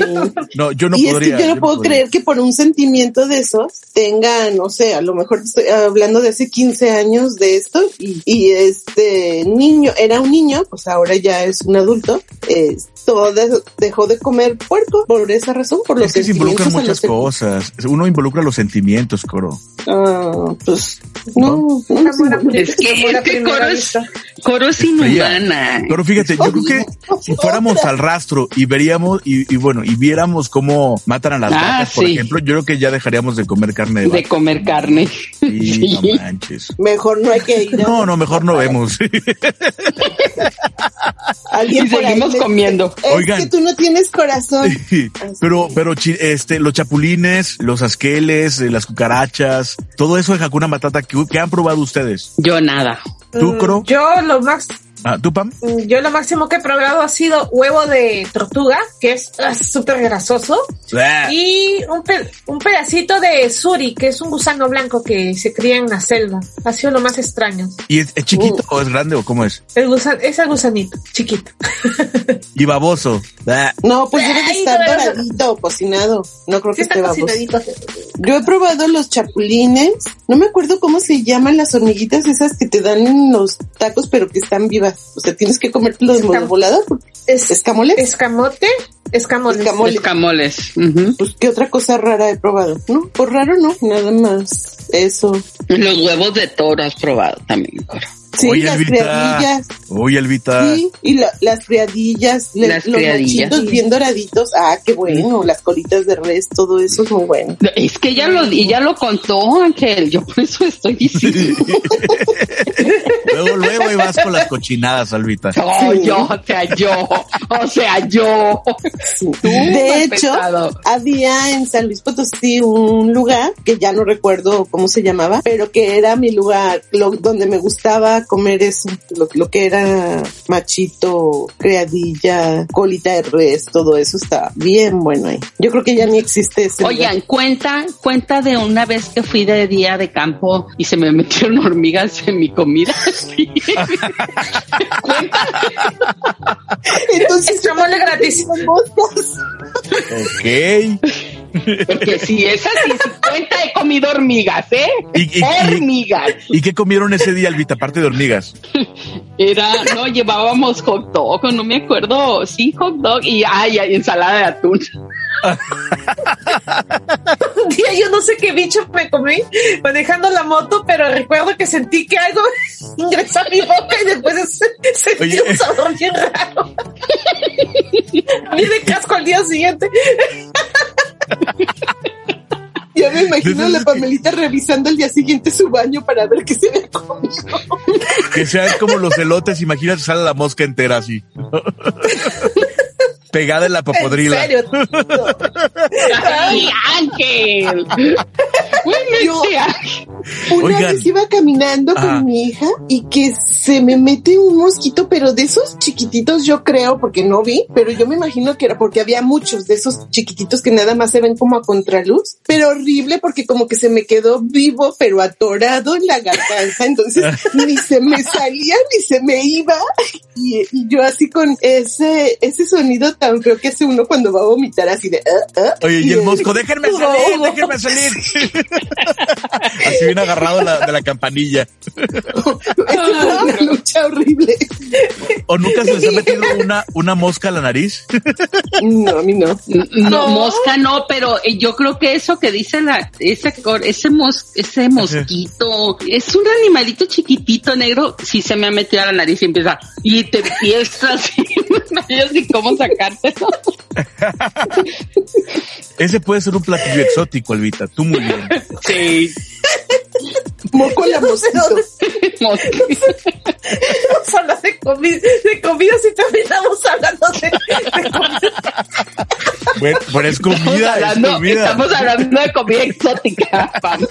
S1: No, yo no
S3: y
S1: podría.
S3: es que yo no puedo
S1: podría.
S3: creer que por un sentimiento de esos tengan, no sé, a lo mejor estoy hablando de hace 15 años de esto y, y este niño, era un niño, pues ahora ya es un adulto, eh, todo de- dejó de comer puerco por esa razón, por los
S1: Es que se
S3: sentimientos
S1: involucran
S3: a los
S1: muchas
S3: que-
S1: cosas. Uno involucra los sentimientos, Coro.
S3: Ah, pues no, no,
S2: Amor a
S3: sí,
S2: primera-
S4: Es que-
S2: amor a
S4: es que este
S2: primera
S4: Coro es-
S2: vista.
S4: Coro sin
S1: Fría.
S4: humana.
S1: Pero fíjate, yo creo que si fuéramos al rastro y veríamos y, y bueno, y viéramos cómo matan a las
S4: Ah,
S1: vacas, por
S4: sí.
S1: ejemplo, yo creo que ya dejaríamos de comer carne de
S4: De
S1: vaca.
S4: comer carne.
S1: Sí,
S4: Sí.
S1: no manches.
S3: Mejor no hay que ir.
S1: No, no, mejor no vemos.
S3: Alguien
S4: Y
S3: por ahí
S4: seguimos
S3: me-
S4: comiendo.
S3: Es
S1: Oigan.
S3: que tú no tienes corazón.
S1: pero, pero chi- este, los chapulines, los asqueles, eh, las cucarachas, todo eso de Hakuna Matata que, que han probado ustedes.
S4: Yo nada.
S1: ¿Tú,
S2: Mm,
S1: Cro?
S2: Yo lo más,
S1: Ah, ¿Tú, Pam?
S2: mm, yo lo máximo que he probado ha sido huevo de tortuga, que es ah, súper grasoso,
S1: Ah.
S2: y un, pe- un pedacito de suri, que es un gusano blanco que se cría en la selva. Ha sido lo más extraño.
S1: ¿Y es, es chiquito
S3: Uh.
S1: o es grande o cómo es?
S2: El gusan es el gusanito, chiquito.
S1: Y baboso. Ah. Bah.
S3: No, pues debe de
S2: Ay,
S3: estar
S2: no, no, no.
S3: doradito, cocinado. No creo
S2: Sí
S3: que
S2: está
S3: esté baboso.
S2: cocinadito.
S3: Yo he probado los chapulines. No me acuerdo cómo se llaman las hormiguitas esas que te dan en los tacos, pero que están vivas. O sea, tienes que comértelo de
S2: Escam-
S3: volador.
S2: Es-
S3: ¿Escamoles?
S2: Escamote, escamoles.
S3: Escamoles. Mole.
S4: Escamoles. Ujú.
S3: Pues qué otra cosa rara he probado, ¿no? Por raro no, nada más. Eso.
S4: Los huevos de toro has probado también. Coro.
S3: Sí,
S1: Oye,
S3: las
S1: Elvita.
S3: criadillas.
S1: Oye, Elvita.
S3: Sí, y la- las friadillas, le-
S4: Las
S3: los
S4: friadillas.
S3: mochitos bien doraditos. Ah, qué bueno, las colitas de res, todo eso es muy bueno.
S4: Es que ya lo, y ya lo contó Ángel. Yo por eso estoy diciendo.
S1: Luego, luego ahí vas con las cochinadas, Alvita.
S4: No, yo, o sea, yo, o sea, yo.
S3: de
S4: mal
S3: hecho,
S4: pensado.
S3: había en San Luis Potosí un lugar que ya no recuerdo cómo se llamaba, pero que era mi lugar lo- donde me gustaba comer eso, lo, lo que era machito, creadilla, colita de res, todo eso está bien bueno ahí. Yo creo que ya ni existe ese lugar.
S4: Oigan, cuenta, cuenta de una vez que fui de día de campo y se me metieron hormigas en mi comida. Sí.
S3: Entonces,
S2: Escamole gratis.
S1: Ok. ¿Y,
S4: Porque si es así, si cuenta, he comido hormigas, ¿eh?
S1: Y- y-
S4: hormigas.
S1: y qué comieron ese día, Alvita? Aparte de hormigas.
S4: Era, no, llevábamos hot dog, o no me acuerdo, sí, hot dog y, ay, ay, ensalada de atún.
S2: Un día yo no sé qué bicho me comí manejando la moto, pero recuerdo que sentí que algo ingresó a mi boca y después se- sentí
S1: Oye.
S2: un sabor bien raro. A mí de casco al día siguiente.
S3: ya me imagino
S1: Entonces,
S3: la Pamelita revisando al día siguiente su baño para ver qué se había comido.
S1: Que sean como los elotes, imagínate, sale la mosca entera así. Pegada en la
S2: En
S1: papodrila.
S2: serio.
S4: ¡Ay, Ángel! Bueno,
S3: Yo-
S4: este Ángel.
S3: Una
S1: Oigan. Ah.
S3: vez iba caminando
S1: Ajá.
S3: con mi hija y que se me mete un mosquito, pero de esos chiquititos yo creo, porque no vi, pero yo me imagino que era porque había muchos de esos chiquititos que nada más se ven como a contraluz, pero horrible porque como que se me quedó vivo, pero atorado en la garganta, entonces ni se me salía ni se me iba y, y yo así con ese ese sonido tan feo que hace uno cuando va a vomitar así de... "Ah, ah",
S1: Oye, y el mosco, déjenme
S3: No.
S1: salir, déjenme salir. Así bien agarrado de la, de la campanilla.
S3: Fue una lucha horrible.
S1: ¿O nunca se les ha metido una, una mosca a la nariz?
S3: No, a mí no.
S4: No, mosca no, pero eh, yo creo que eso que dice la, ese, cor- ese, mos, ese mosquito, es un animalito chiquitito negro, si se me ha metido a la nariz y empieza, y te empieza así, no sé ni cómo sacarte.
S1: Ese puede ser un platillo exótico, Elvita. Tú muy bien.
S4: Sí,
S3: Moco la mosquito.
S4: mosquito.
S2: Vamos a hablar de comida, de comida si terminamos hablando de, de comida.
S1: Bueno, pero es
S4: Estamos
S1: comida, es
S4: hablando,
S1: comida.
S4: estamos hablando de comida exótica. Pam.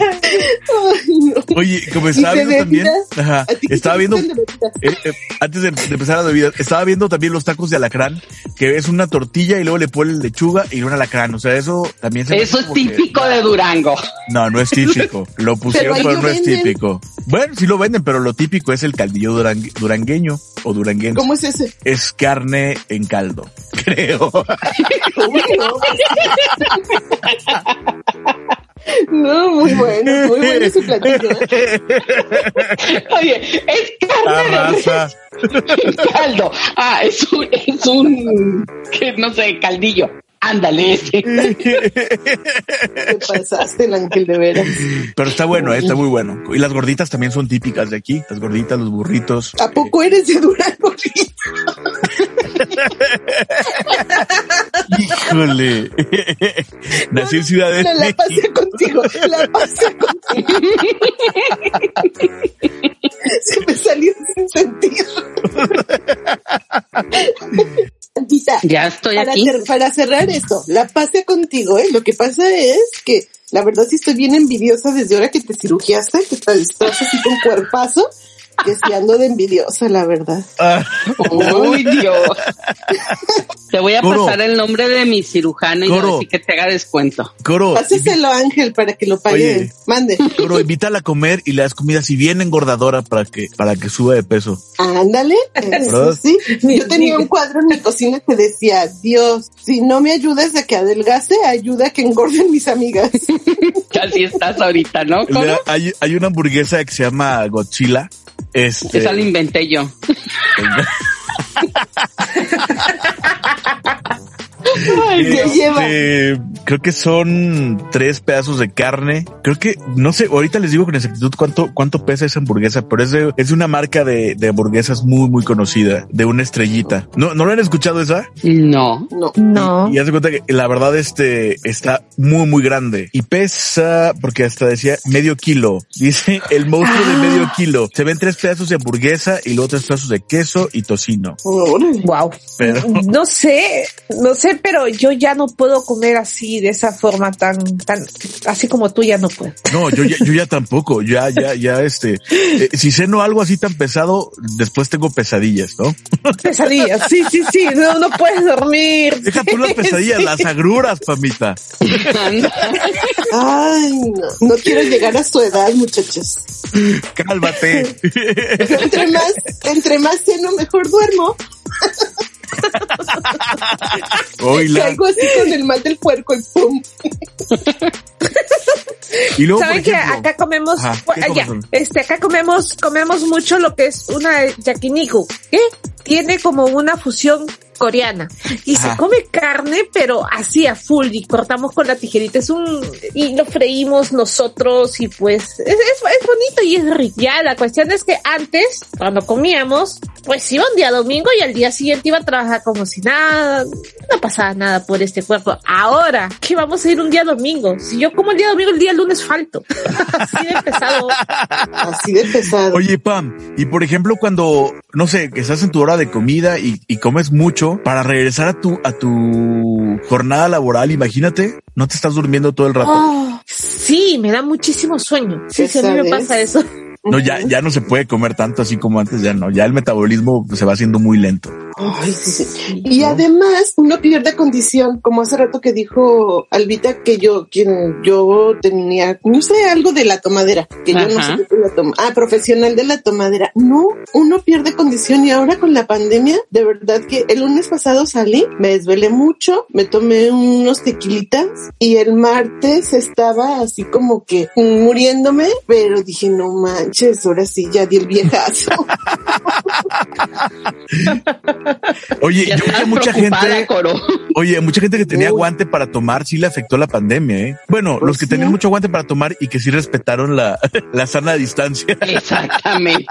S3: Ay, no.
S1: Oye, como
S3: Y
S1: estaba
S3: de
S1: viendo también,
S3: bebidas,
S1: ajá,
S3: ¿a ti qué te
S1: Ah, estaba viendo,
S3: gustan de bebidas?
S1: eh, eh, antes de, de empezar la bebida, estaba viendo también los tacos de alacrán, que es una tortilla y luego le ponen lechuga y un alacrán. O sea, eso también se me hace
S4: Eso es
S1: como que-
S4: típico de Durango.
S1: No, no es típico. Lo pusieron,
S3: ahí
S1: pero,
S3: lo
S1: no es
S3: venden.
S1: típico. Bueno, sí lo venden, pero lo típico es el caldillo durang- durangueño o duranguense.
S3: ¿Cómo es ese?
S1: Es carne en caldo, creo.
S3: Uy, no. No, muy bueno, muy bueno ese platillo. ¿eh?
S4: Oye, es carne de
S1: Arrasa.
S4: caldo. Ah, es un, es un, que no sé, caldillo. Ándale. sí.
S3: Te pasaste el ángel de veras.
S1: Pero está bueno, eh, está muy bueno. Y las gorditas también son típicas de aquí. Las gorditas, los burritos.
S3: ¿A poco eres de Durango?
S1: Híjole. Nací en Ciudad de
S3: No, la
S1: México.
S3: pasé contigo, la pasé contigo. Se me salió sin sentido. Tantita,
S4: Ya estoy
S3: para,
S4: aquí.
S3: cer- para cerrar esto, la pasé contigo, ¿eh? Lo que pasa es que la verdad sí estoy bien envidiosa desde ahora que te cirugiaste, que te estás así con cuerpazo, que sí ando de envidiosa, la verdad.
S1: Ah,
S4: Uy, Dios. Te voy a
S1: Coro.
S4: pasar el nombre de mi cirujano y
S1: Coro.
S4: así que te haga descuento.
S1: Coro,
S3: Páseselo, Ángel, para que lo pague.
S1: Oh, Oye.
S3: Mande.
S1: Coro, invítala a comer y le das comida si bien engordadora para que, para que suba de peso.
S3: Ándale, eso
S1: ¿Verdad?
S3: sí. Yo tenía un cuadro en mi cocina que decía, Dios, si no me ayudas a que adelgase, ayuda a que engorden mis amigas.
S4: Así estás ahorita, ¿no?
S1: Le da-
S4: Coro?
S1: hay, hay una hamburguesa que se llama Godzilla. Este,
S4: Esa la inventé yo.
S3: ¿Qué
S1: Este,
S3: lleva?
S1: creo que son tres pedazos de carne. Creo que, no sé, ahorita les digo con exactitud cuánto, cuánto pesa esa hamburguesa, pero es de, es de una marca de, de hamburguesas muy, muy conocida, de una estrellita. ¿No, ¿no lo han escuchado esa?
S4: No.
S3: No.
S2: No.
S1: Y haz de cuenta que la verdad este está muy, muy grande y pesa, porque hasta decía medio kilo. Dice el monstruo de
S2: Ah.
S1: medio kilo. Se ven tres pedazos de hamburguesa y luego tres pedazos de queso y tocino.
S3: Órale.
S2: Wow.
S1: Pero
S2: No sé, no sé, pero yo ya no puedo comer así, de esa forma tan, tan, así como tú ya no puedo.
S1: No, yo ya, yo ya tampoco, ya, ya, ya, este, eh, si ceno algo así tan pesado, después tengo pesadillas, ¿no?
S2: Pesadillas, sí, sí, sí, no, no puedes dormir.
S1: Deja tú las pesadillas, las agruras, pamita.
S3: Ay, no. No quiero llegar a su edad, muchachos.
S1: Cálmate.
S3: Entre más, entre más ceno, mejor duermo.
S1: Oila.
S3: Caigo así con el mal del puerco y pum.
S1: Y luego, por
S2: Saben que
S1: ejemplo,
S2: acá comemos,
S1: Ajá,
S2: pues,
S1: ¿qué
S2: allá,
S1: comes?
S2: este, acá comemos, comemos mucho lo que es una yakiniku, que tiene como una fusión coreana y
S1: Ajá.
S2: se come carne, pero así a full y cortamos con la tijerita. Es un, y lo freímos nosotros y pues es, es, es bonito y es rico. Ya la cuestión es que antes, cuando comíamos, pues iba un día domingo y al día siguiente iba a trabajar como si nada, no pasaba nada por este cuerpo. Ahora, ¿qué vamos a ir un día domingo? Si yo como el día domingo, el día lunes falto. Así de pesado.
S3: Así de pesado.
S1: Oye, Pam, y por ejemplo, cuando, no sé, que estás en tu hora de comida y, y comes mucho para regresar a tu, a tu jornada laboral, imagínate, no te estás durmiendo todo el rato.
S3: Ah,
S2: Sí, me da muchísimo sueño. Sí,
S3: Ya
S2: sí, a mí me
S3: sabes.
S2: pasa eso.
S1: No, ya, ya no se puede comer tanto así como antes, ya no, ya el metabolismo se va haciendo muy lento.
S3: Ay, sí, sí. Y además uno pierde condición, como hace rato que dijo Albita que yo, quien yo tenía, no sé, algo de la tomadera, que yo no
S4: Ajá.
S3: sé qué es la toma, ah, profesional de la tomadera. No, uno pierde condición y ahora con la pandemia, de verdad que el lunes pasado salí, me desvelé mucho, me tomé unos tequilitas y el martes estaba así como que muriéndome, pero dije, no manches, ahora sí ya di el viejazo.
S1: Oye,
S4: Ya
S1: yo creo que
S4: estás
S1: mucha
S4: preocupada,
S1: gente,
S4: Coro.
S1: Oye, mucha gente que tenía
S3: Uy.
S1: guante para tomar sí le afectó la pandemia, ¿eh? Bueno, los que
S3: sí.
S1: tenían mucho guante para tomar y que sí respetaron la, la sana distancia,
S4: Exactamente.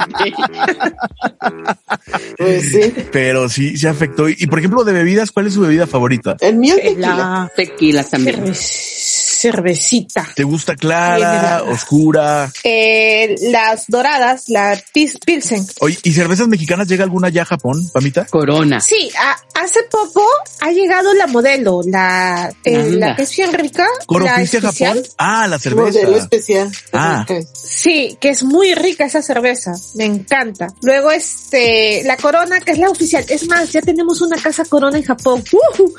S3: pues sí,
S1: pero sí se afectó. Y, y, por ejemplo, de bebidas, ¿cuál es su bebida favorita?
S3: el mío tequila.
S2: La
S4: Tequila también.
S2: cerve- cervecita.
S1: ¿Te gusta
S2: Bien,
S1: clara,
S2: dorada.
S1: oscura?
S2: Eh, las doradas, la pis- Pilsen.
S1: Oye, ¿y cervezas mexicanas llega alguna ya a Japón, Pamita?
S4: Corona.
S2: Sí, a- hace poco ha llegado la modelo, la, eh,
S4: Anda.
S2: la que es bien rica.
S1: ¿Coro,
S2: la
S1: fuiste a Japón?
S2: especial.
S1: Ah, la cerveza.
S3: Modelo especial.
S1: Ah.
S3: Ok.
S2: Sí, que es muy rica esa cerveza, me encanta. Luego este, la corona, que es la oficial. Es más, ya tenemos una casa corona en Japón. ¡Ujú!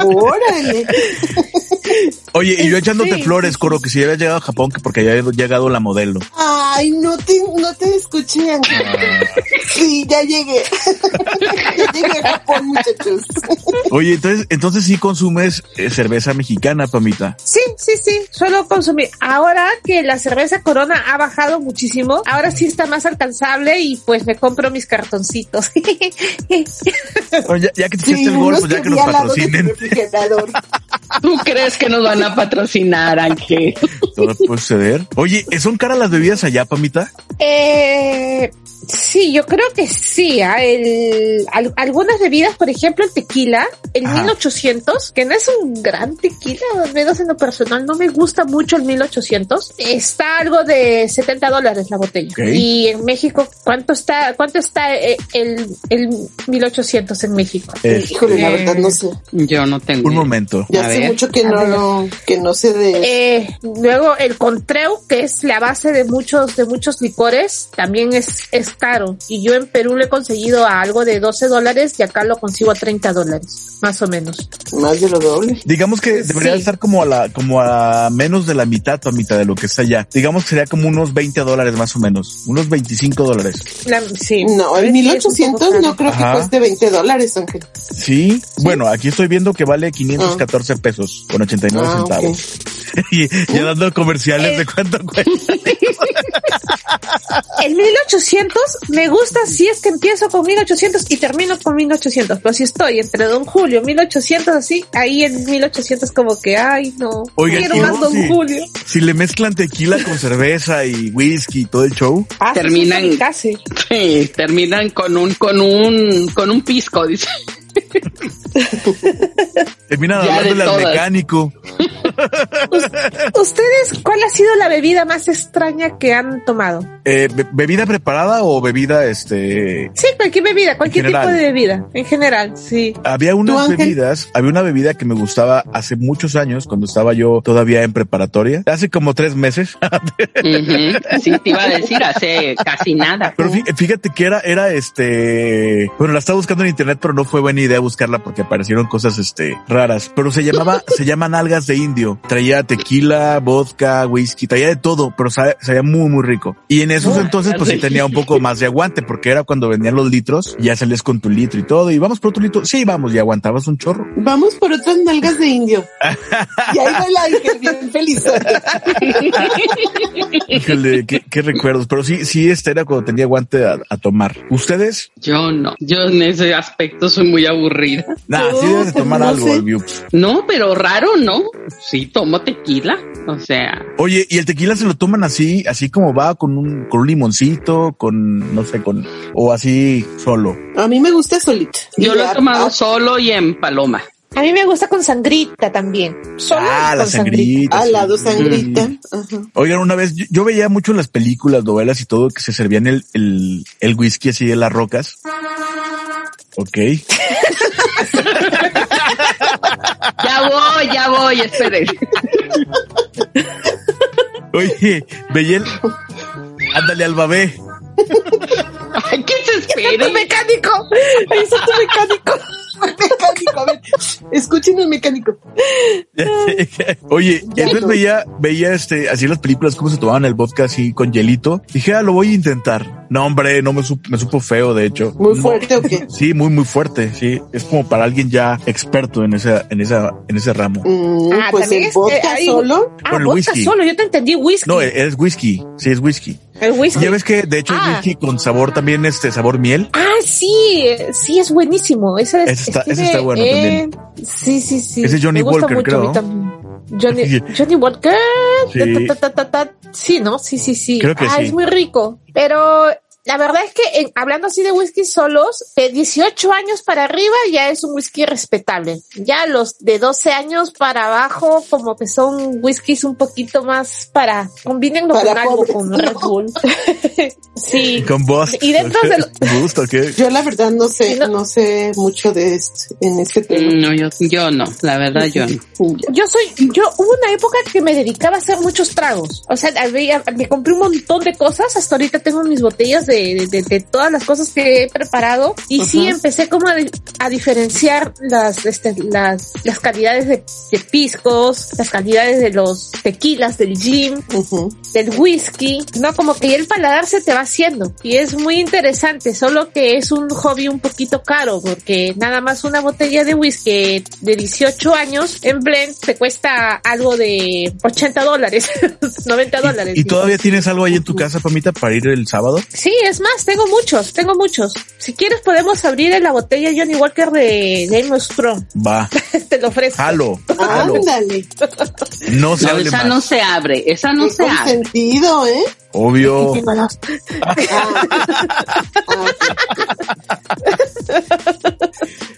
S3: Órale.
S1: Oye, y yo echándote
S5: Sí.
S1: flores, Coro, que si había llegado a Japón, que porque había llegado la modelo.
S3: Ay, no te, no te escuché. Sí, ya llegué. ya llegué a Japón, muchachos.
S1: Oye, entonces, entonces sí consumes eh, cerveza mexicana, Pamita.
S2: Sí, sí, sí, suelo consumir. Ahora que la cerveza Corona ha bajado muchísimo, ahora sí está más alcanzable y pues me compro mis cartoncitos.
S1: Oye, ya, ya que te
S3: Sí,
S1: echaste el gol,
S3: unos
S1: pues ya que
S3: vi
S1: nos
S3: al lado del
S1: patrocinen.
S3: refrigerador.
S4: ¿Tú crees que nos van a patrocinar, Ángel?
S1: Todo puede suceder. Oye, ¿son caras las bebidas allá, Pamita?
S2: Eh, sí, yo creo que sí. ah, el- al- algunas bebidas, por ejemplo, el tequila, el
S1: Ajá.
S2: 1800, que no es un gran tequila, al menos en lo personal, no me gusta mucho el 1800. Está algo de 70 dólares la botella.
S1: Ok.
S2: Y en México, ¿cuánto está, cuánto está eh, el, el 1800 en México?
S1: Eh,
S3: Híjole, la verdad no sé.
S4: Yo no tengo.
S1: un
S4: idea.
S1: momento.
S3: Ya
S4: A
S3: hace
S4: ver.
S3: mucho que no, no, que no sé de.
S2: Eh, luego el contreu, que es la base de muchos, de muchos licores, también es, es caro. Y yo en Perú lo he conseguido a algo de 12 dólares y acá lo consigo a 30 dólares, más o menos.
S3: Más de lo doble.
S1: Digamos que debería
S2: Sí.
S1: estar como a la, como a menos de la mitad, Pamita, de lo que está allá. Digamos que sería como unos 20 dólares más o menos. Unos 25 dólares.
S2: La- sí.
S3: No, el
S2: Sí, es un poco
S3: 1800 no
S2: caro.
S3: creo que
S1: Ajá.
S3: cueste 20 dólares, Ángel.
S1: Sí. Bueno, aquí estoy viendo que vale 514 pesos con 89
S3: Ah, ok.
S1: centavos. y ya dando comerciales de cuánto cuesta.
S2: El 1800 me gusta si es que empiezo con 1800 y termino con 1800. Pero si estoy entre Don Julio, 1800 así, ahí en 1800 como que, ay no,
S1: Oigan,
S2: quiero
S1: y
S2: más
S1: luego
S2: Don
S1: sí.
S2: Julio.
S1: Si le mezclan tequila con cerveza y whisky y todo el show.
S2: Ah, sí,
S4: Terminan-
S2: sí, sí, casi.
S4: Sí, terminan con un, con un, con un pisco, dice.
S1: Terminan
S4: Ya
S1: hablándole
S4: de
S1: al
S4: todas.
S1: mecánico.
S2: ¿Ustedes cuál ha sido la bebida más extraña que han tomado?
S1: Eh, be- ¿Bebida preparada o bebida este?
S2: Sí, cualquier bebida, cualquier
S1: general.
S2: tipo de bebida, en general, sí.
S1: Había unas
S3: Ángel?
S1: bebidas, había una bebida que me gustaba hace muchos años cuando estaba yo todavía en preparatoria, hace como tres meses,
S4: Ujú. Sí, te iba a decir hace casi nada.
S1: pero fí- fíjate que era, era este, bueno, la estaba buscando en internet, pero no fue buena idea buscarla porque aparecieron cosas este raras, pero se llamaba, se llaman algas de indio, traía tequila, vodka, whisky, traía de todo, pero sabe- sabía muy, muy rico. Y en esos
S4: Ah,
S1: entonces pues
S4: algas de
S1: sí tenía un poco más de aguante porque era cuando vendían los litros, ya salías con tu litro y todo, y vamos por otro litro, sí, vamos, y aguantabas un chorro.
S3: Vamos por otras nalgas de indio. y ahí va el Ángel, bien feliz.
S1: Híjole, qué, qué recuerdos. Pero sí, sí, esta era cuando tenía guante a, a tomar. ¿Ustedes?
S4: Yo no, yo en ese aspecto soy muy aburrida.
S1: Nah,
S3: No,
S1: sí debes de
S3: pues
S1: tomar
S3: no
S1: algo,
S3: sé.
S1: Albiux.
S4: No, pero raro, ¿no? Sí, tomo tequila, o sea,
S1: Oye, ¿y el tequila se lo toman así, así como va, con un, con un limoncito, con, no sé, con, o así solo?
S3: A mí me gusta solita.
S4: yo lo he
S3: Ya,
S4: tomado
S3: ah,
S4: solo y en paloma.
S2: A mí me gusta con sangrita también. Solo
S1: ah,
S2: con
S1: la sangrita.
S3: Al
S1: sí.
S3: lado sangrita. Ajá.
S1: Oigan, una vez yo, yo veía mucho las películas, novelas y todo que se servían el, el, el whisky así de las rocas. Ok.
S4: Ya voy, ya voy, esperen.
S1: Oye, veía el, ándale al babé.
S4: Ay, que se
S2: ¡Tu
S4: esperen.
S2: mecánico! ¡Ahí está tu mecánico!
S3: mecánico, a ver, escuchen al mecánico.
S1: Ya sé. Oye,
S3: Ya
S1: entonces
S3: no.
S1: veía, veía este, así las películas, cómo se tomaban el vodka así con hielito. Dije, ah, lo voy a intentar. No, hombre, no me, sup- me supo feo, de hecho.
S3: Muy fuerte o qué?
S1: Sí, muy, muy fuerte. Sí, es como para alguien ya experto en esa, en esa, en ese ramo.
S3: Mm,
S2: Ah,
S3: pues
S2: también
S3: el
S2: es- eh,
S3: vodka
S2: hay-
S3: solo.
S2: Ah,
S1: Con el
S2: vodka
S1: whisky.
S2: solo, yo te entendí whisky.
S1: No, e-, es whisky. Sí, es whisky.
S2: el whisky.
S1: Ya ves que, de hecho,
S2: Ah.
S1: el whisky con sabor también, este, sabor miel.
S2: Ah, sí, eh, sí, es buenísimo. Ese, es,
S1: Ese está-
S2: este
S1: ese
S2: de-
S1: está bueno
S2: Sí, sí, sí.
S1: Ese es Johnny
S2: me gusta
S1: Walker,
S2: mucho a mí
S1: creo,
S2: también. Johnny, Johnny Walker.
S1: Sí.
S2: Ta, ta, ta, ta, ta. Sí, ¿no? Sí, sí, sí.
S1: Creo que
S2: ah,
S1: sí.
S2: es muy rico. Pero la verdad es que en- hablando así de whisky solos, de 18 años para arriba ya es un whisky respetable. Ya los de 12 años para abajo, como que son whiskies un poquito más para, combinenlo
S3: Para
S2: con algo,
S3: pobres,
S2: con
S3: ¿no?
S2: Red Bull. sí.
S1: Con vos.
S2: Y dentro de lo-
S1: Gusto, ¿qué?
S3: Yo la verdad no sé,
S2: No.
S3: no, sé mucho de esto en este tema.
S4: Mm, No, yo, yo no, la verdad yo no.
S3: Ya.
S2: yo soy, yo hubo una época que me dedicaba a hacer muchos tragos. O sea, había- me compré un montón de cosas. Hasta ahorita tengo mis botellas de, de, de- de todas las cosas que he preparado y sí
S4: Ajá.
S2: empecé como a, di- a diferenciar las, este, las, las calidades de, de piscos, las calidades de los tequilas, del gin,
S3: Ujú.
S2: del whisky, ¿no? Como que ya el paladar se te va haciendo. Y es muy interesante, solo que es un hobby un poquito caro, porque nada más una botella de whisky de 18 años en blend te cuesta algo de 80 dólares, 90 dólares.
S1: ¿Y todavía tienes algo ahí en tu casa, Pamita, para ir el sábado?
S2: Sí, es más, tengo muchos, tengo muchos. Si quieres podemos abrir en la botella Johnny Walker de Game of Thrones.
S1: Va,
S2: Te lo ofrezco.
S1: jalo, jalo.
S3: Ah, Ándale.
S1: No se
S4: No,
S1: hable
S4: esa
S1: más.
S4: no se abre, esa no
S3: Qué
S2: ah.
S4: se abre.
S3: consentido, ¿eh?
S1: Obvio.
S3: Ah. Ah, ok.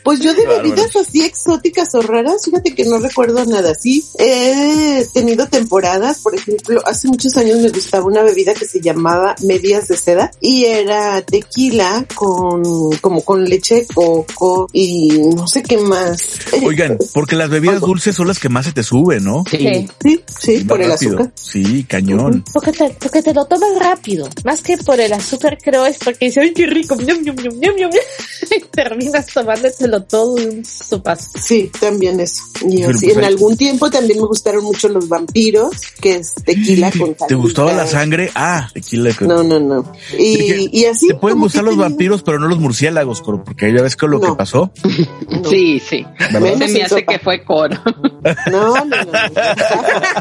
S3: Pues yo de
S1: Bárbaro.
S3: bebidas así exóticas o raras, fíjate que no recuerdo nada. Sí, he tenido temporadas, por ejemplo, hace muchos años me gustaba una bebida que se llamaba medias de seda y era tequila con como con leche de coco y no sé qué más.
S1: Oigan, porque las bebidas dulces son las que más se te suben, ¿no?
S4: Sí.
S3: Sí, sí,
S1: Más
S3: por el
S1: rápido.
S3: azúcar.
S1: Sí, cañón.
S2: Porque te, porque te lo tomas rápido. Más que por el azúcar, creo es porque dices, ¡ay, qué rico! ñam, ñam, ñam, ñam, ñam", Y terminas tomándotelo todo de un sopazo.
S3: Sí, también eso. Y
S1: Pero,
S3: así,
S1: pues,
S3: en
S1: ahí-
S3: algún tiempo también me gustaron mucho los vampiros, que es tequila con
S1: ¿Te gustaba la
S3: salsita.
S1: sangre? Ah, tequila.
S3: No, no, no.
S1: Dije,
S3: Y, y así.
S1: Te pueden
S3: como
S1: gustar
S3: que
S1: los
S3: tenía-
S1: vampiros, pero no los murciélagos, Coro, porque ya ves que lo
S3: No.
S1: que pasó.
S3: No,
S4: Sí, sí.
S1: ¿Verdad?
S4: Se me hace que fue coro.
S3: No, no, no.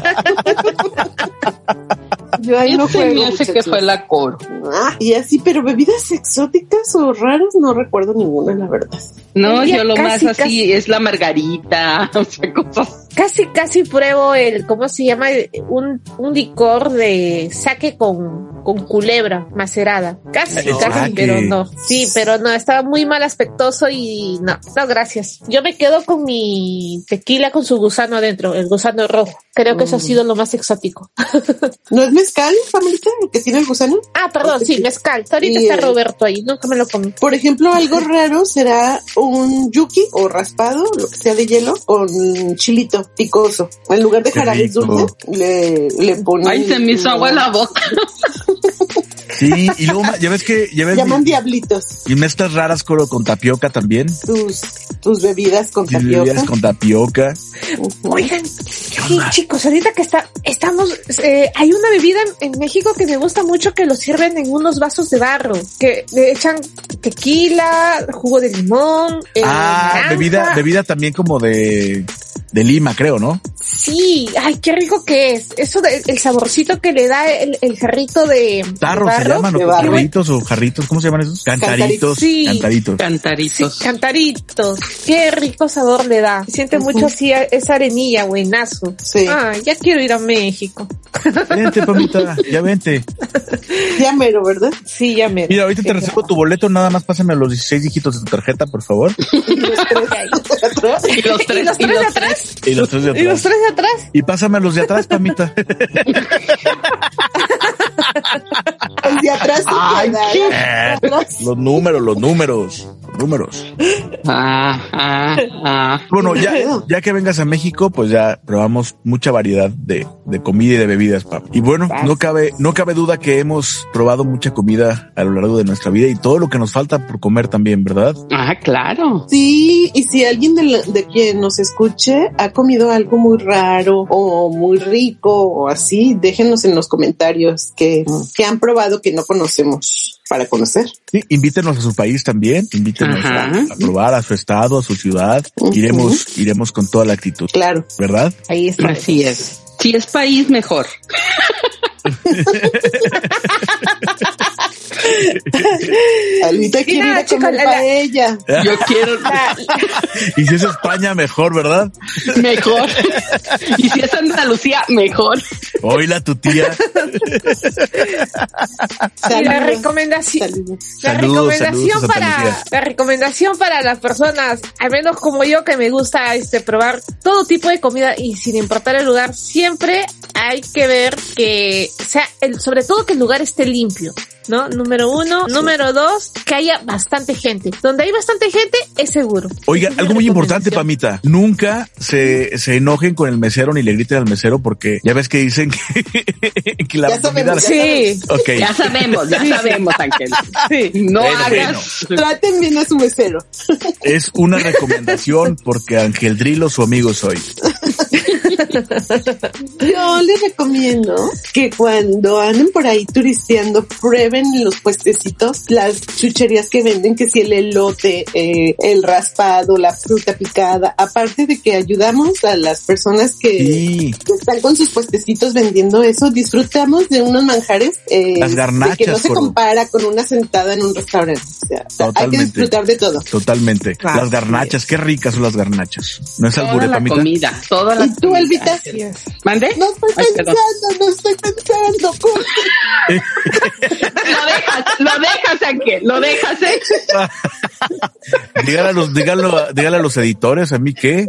S3: no. Yo ahí no
S4: se me
S3: juego,
S4: hace que
S3: muchachos.
S4: fue la coro.
S3: Ah, y así, pero bebidas exóticas o raras no recuerdo ninguna, la verdad.
S4: No,
S2: Ya
S4: yo lo
S2: casi,
S4: más así
S2: casi.
S4: es la margarita, o sea, cosas.
S2: Casi, casi pruebo el, ¿cómo se llama? Un, un licor de saque con, con culebra macerada. Casi,
S1: El
S2: casi,
S1: saque.
S2: pero no. Sí, pero no, estaba muy mal aspectoso y no, no, gracias. Yo me quedo con mi tequila con su gusano adentro, el gusano rojo. Creo que eso ha sido lo más exótico.
S3: ¿No es mezcal, Pamelita, el que tiene el gusano?
S2: Ah, perdón, sí, mezcal. Ahorita
S3: Y,
S2: está
S3: eh,
S2: Roberto ahí, nunca me lo comí.
S3: Por ejemplo, algo raro será un yuki o raspado, lo que sea de hielo, con chilito picoso. En lugar de
S1: Qué
S3: jarabe
S1: rico.
S3: dulce, le, le ponen...
S4: Ay, se me hizo agua la boca.
S1: Sí, y luego ma- ya ves que ya ves
S3: Llaman diablitos
S1: y mezclas raras Coro con tapioca también.
S3: tus, tus bebidas con
S1: Y
S3: tapioca.
S1: bebidas con tapioca.
S2: Oigan, sí, chicos, ahorita que está, estamos, eh, hay una bebida en, en México que me gusta mucho que lo sirven en unos vasos de barro, que le echan tequila, jugo de limón, eh,
S1: Ah,
S2: naranja.
S1: bebida, bebida también como de, de Lima, creo, ¿no?
S2: Sí, ay, qué rico que es. Eso, de- el saborcito que le da el, el jarrito de
S1: Tarros se
S2: barro.
S1: llaman,
S3: de
S1: o
S3: barro.
S1: carritos o jarritos, ¿cómo se llaman esos? Cantaritos,
S3: Cantaritos.
S2: Sí.
S1: cantaritos.
S2: Sí,
S4: Cantaritos.
S2: cantaritos. Qué rico sabor le da. Se Siente mucho así a- esa arenilla, buenazo.
S3: Sí.
S2: Ah, ya quiero ir a México.
S1: Vente, Pamita, ya vente.
S3: Ya mero, ¿verdad?
S2: Sí, ya me.
S1: Mira, ahorita te recibo tu boleto, nada más pásame los 16 dígitos de tu tarjeta, por favor.
S4: Y los tres,
S2: ¿Y los
S4: y
S2: tres de
S4: los
S2: atrás?
S4: tres.
S1: Y los tres de
S2: ¿Y los
S1: atrás.
S2: tres de atrás?
S1: Y pásame los de atrás, Pamita.
S3: El Pues de atrás se queda, ¿eh?
S1: Los números, los números, los números.
S4: Ah, ah, ah.
S1: Bueno, ya, ya que vengas a México, pues ya probamos mucha variedad de, de comida y de bebidas, Pam. Y bueno, no cabe, no cabe duda que hemos probado mucha comida a lo largo de nuestra vida y todo lo que nos falta por comer también, ¿verdad?
S4: Ah, claro.
S3: Sí, y si alguien de, la- de quien nos escuche ha comido algo muy raro o muy rico o así, déjenos en los comentarios que, que han probado que no conocemos para conocer.
S1: Sí, invítenos a su país también, invítenos a,
S4: Ajá.
S1: a probar a su estado, a su ciudad.
S3: Ujú.
S1: Iremos, iremos con toda la actitud,
S3: Claro.
S1: ¿verdad?
S2: Ahí está.
S4: Así es. Si es país, mejor.
S3: Alita quiere ir
S2: nada,
S3: a comer
S2: chicos, la- la-
S3: paella.
S4: Yo quiero
S1: Y si es España, mejor, ¿verdad?
S4: mejor. Y si es Andalucía, mejor.
S1: Oíla tu tía.
S2: Y la
S3: Salud.
S2: recomendación.
S3: Salud.
S2: La
S1: Saludos, saludos
S2: recomendación
S1: a Santa
S2: para
S1: Lucía.
S2: la recomendación para las personas, al menos como yo que me gusta este probar todo tipo de comida y sin importar el lugar, siempre hay que ver que sea el sobre todo que el lugar esté limpio.
S6: ¿no? Número uno. Número dos, que haya bastante gente. Donde hay bastante gente, es seguro.
S1: Oiga,
S6: Esa es mi
S1: algo muy importante,
S6: recomendación.
S1: Pamita. Nunca se, se enojen con el mesero ni le griten al mesero porque ya ves que dicen que, que la
S3: Ya
S1: comida-
S6: Sí.
S3: sabemos,
S1: Ok.
S4: Ya sabemos, ya sabemos, Ángel. No
S1: Bueno,
S4: hagas.
S3: Traten bien a su mesero.
S1: Es una recomendación porque Ángel Drilo, su amigo, soy.
S3: Yo les recomiendo que cuando anden por ahí turisteando, prueben en los puestecitos, las chucherías que venden, que si el elote, eh, el raspado, la fruta picada, aparte de que ayudamos a las personas que...
S1: Y
S3: que están con sus puestecitos vendiendo eso, disfrutamos de unos manjares eh,
S1: Las garnachas,
S3: de que no se
S1: Coro.
S3: compara con una sentada en un restaurante. O sea, hay que
S1: Totalmente.
S3: disfrutar de todo.
S1: totalmente.
S3: Así
S1: las garnachas, qué ricas son las garnachas. No es
S4: Toda
S1: albure,
S4: la
S1: Pamita.
S4: comida, toda la
S3: ¿Y tú,
S4: comida,
S3: Elvita?
S4: Ángel. ¿Mande?
S3: No pues, estoy
S4: Ay, perdón.
S3: pensando, no estoy pensando. ¿cómo?
S4: Lo dejas, lo dejas, Ángel, lo dejas, ¿eh?
S1: Dígale a los, dígalo a- dígale a los editores, a mí qué.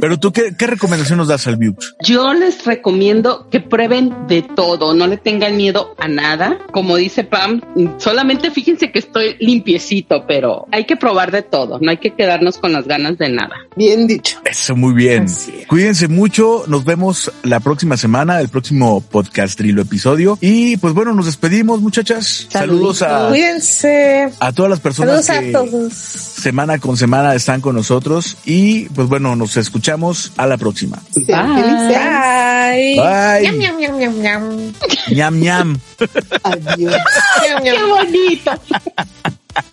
S1: Pero tú, ¿qué, qué recomendación nos das al Viux?
S4: Yo les recomiendo que prueben de todo, no le tengan miedo a nada. Como dice Pam, solamente fíjense que estoy limpiecito, pero hay que probar de todo, no hay que quedarnos con las ganas de nada.
S3: Bien dicho.
S1: Eso, muy bien.
S3: Así es.
S1: Cuídense mucho. Nos vemos la próxima semana, el próximo podcast trilo episodio. Y pues bueno, nos despedimos, muchachas.
S4: Saluditos.
S1: Saludos a,
S6: Cuídense.
S1: a todas las personas
S6: Saludos a
S1: que
S6: todos.
S1: semana con semana están con nosotros. Y pues bueno, nos escuchamos a la próxima.
S3: Sí,
S4: Bye.
S3: felices.
S6: Bye. Ñam,
S1: Bye.
S6: ñam, ñam, ñam, ñam.
S1: ñam, ñam.
S3: Adiós.
S6: Ñam, ñam.
S4: ¡Qué bonito!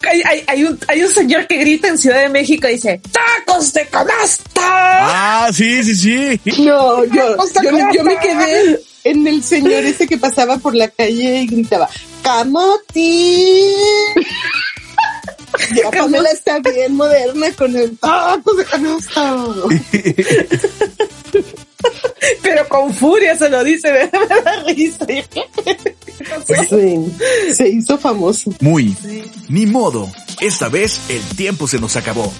S6: Hay, hay, hay un, hay un señor que grita en Ciudad de México y dice, ¡Tacos de canasta!
S1: Ah, sí, sí, sí.
S3: No, yo, yo, me- yo me quedé en el señor ese que pasaba por la calle y gritaba, ¡Camoti! Ya Pamela está bien moderna con el
S6: Ah, pues
S3: taco de canasta.
S6: Pero con furia se lo dice, me da risa.
S3: Sí, se hizo famoso.
S1: Muy. Ni modo. Esta vez el tiempo se nos acabó.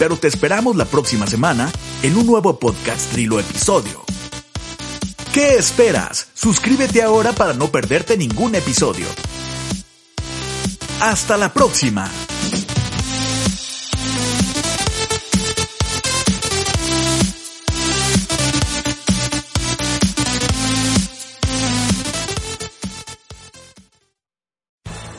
S1: Pero te esperamos la próxima semana en un nuevo podcast Trilo episodio. ¿Qué esperas? Suscríbete ahora para no perderte ningún episodio. Hasta la próxima.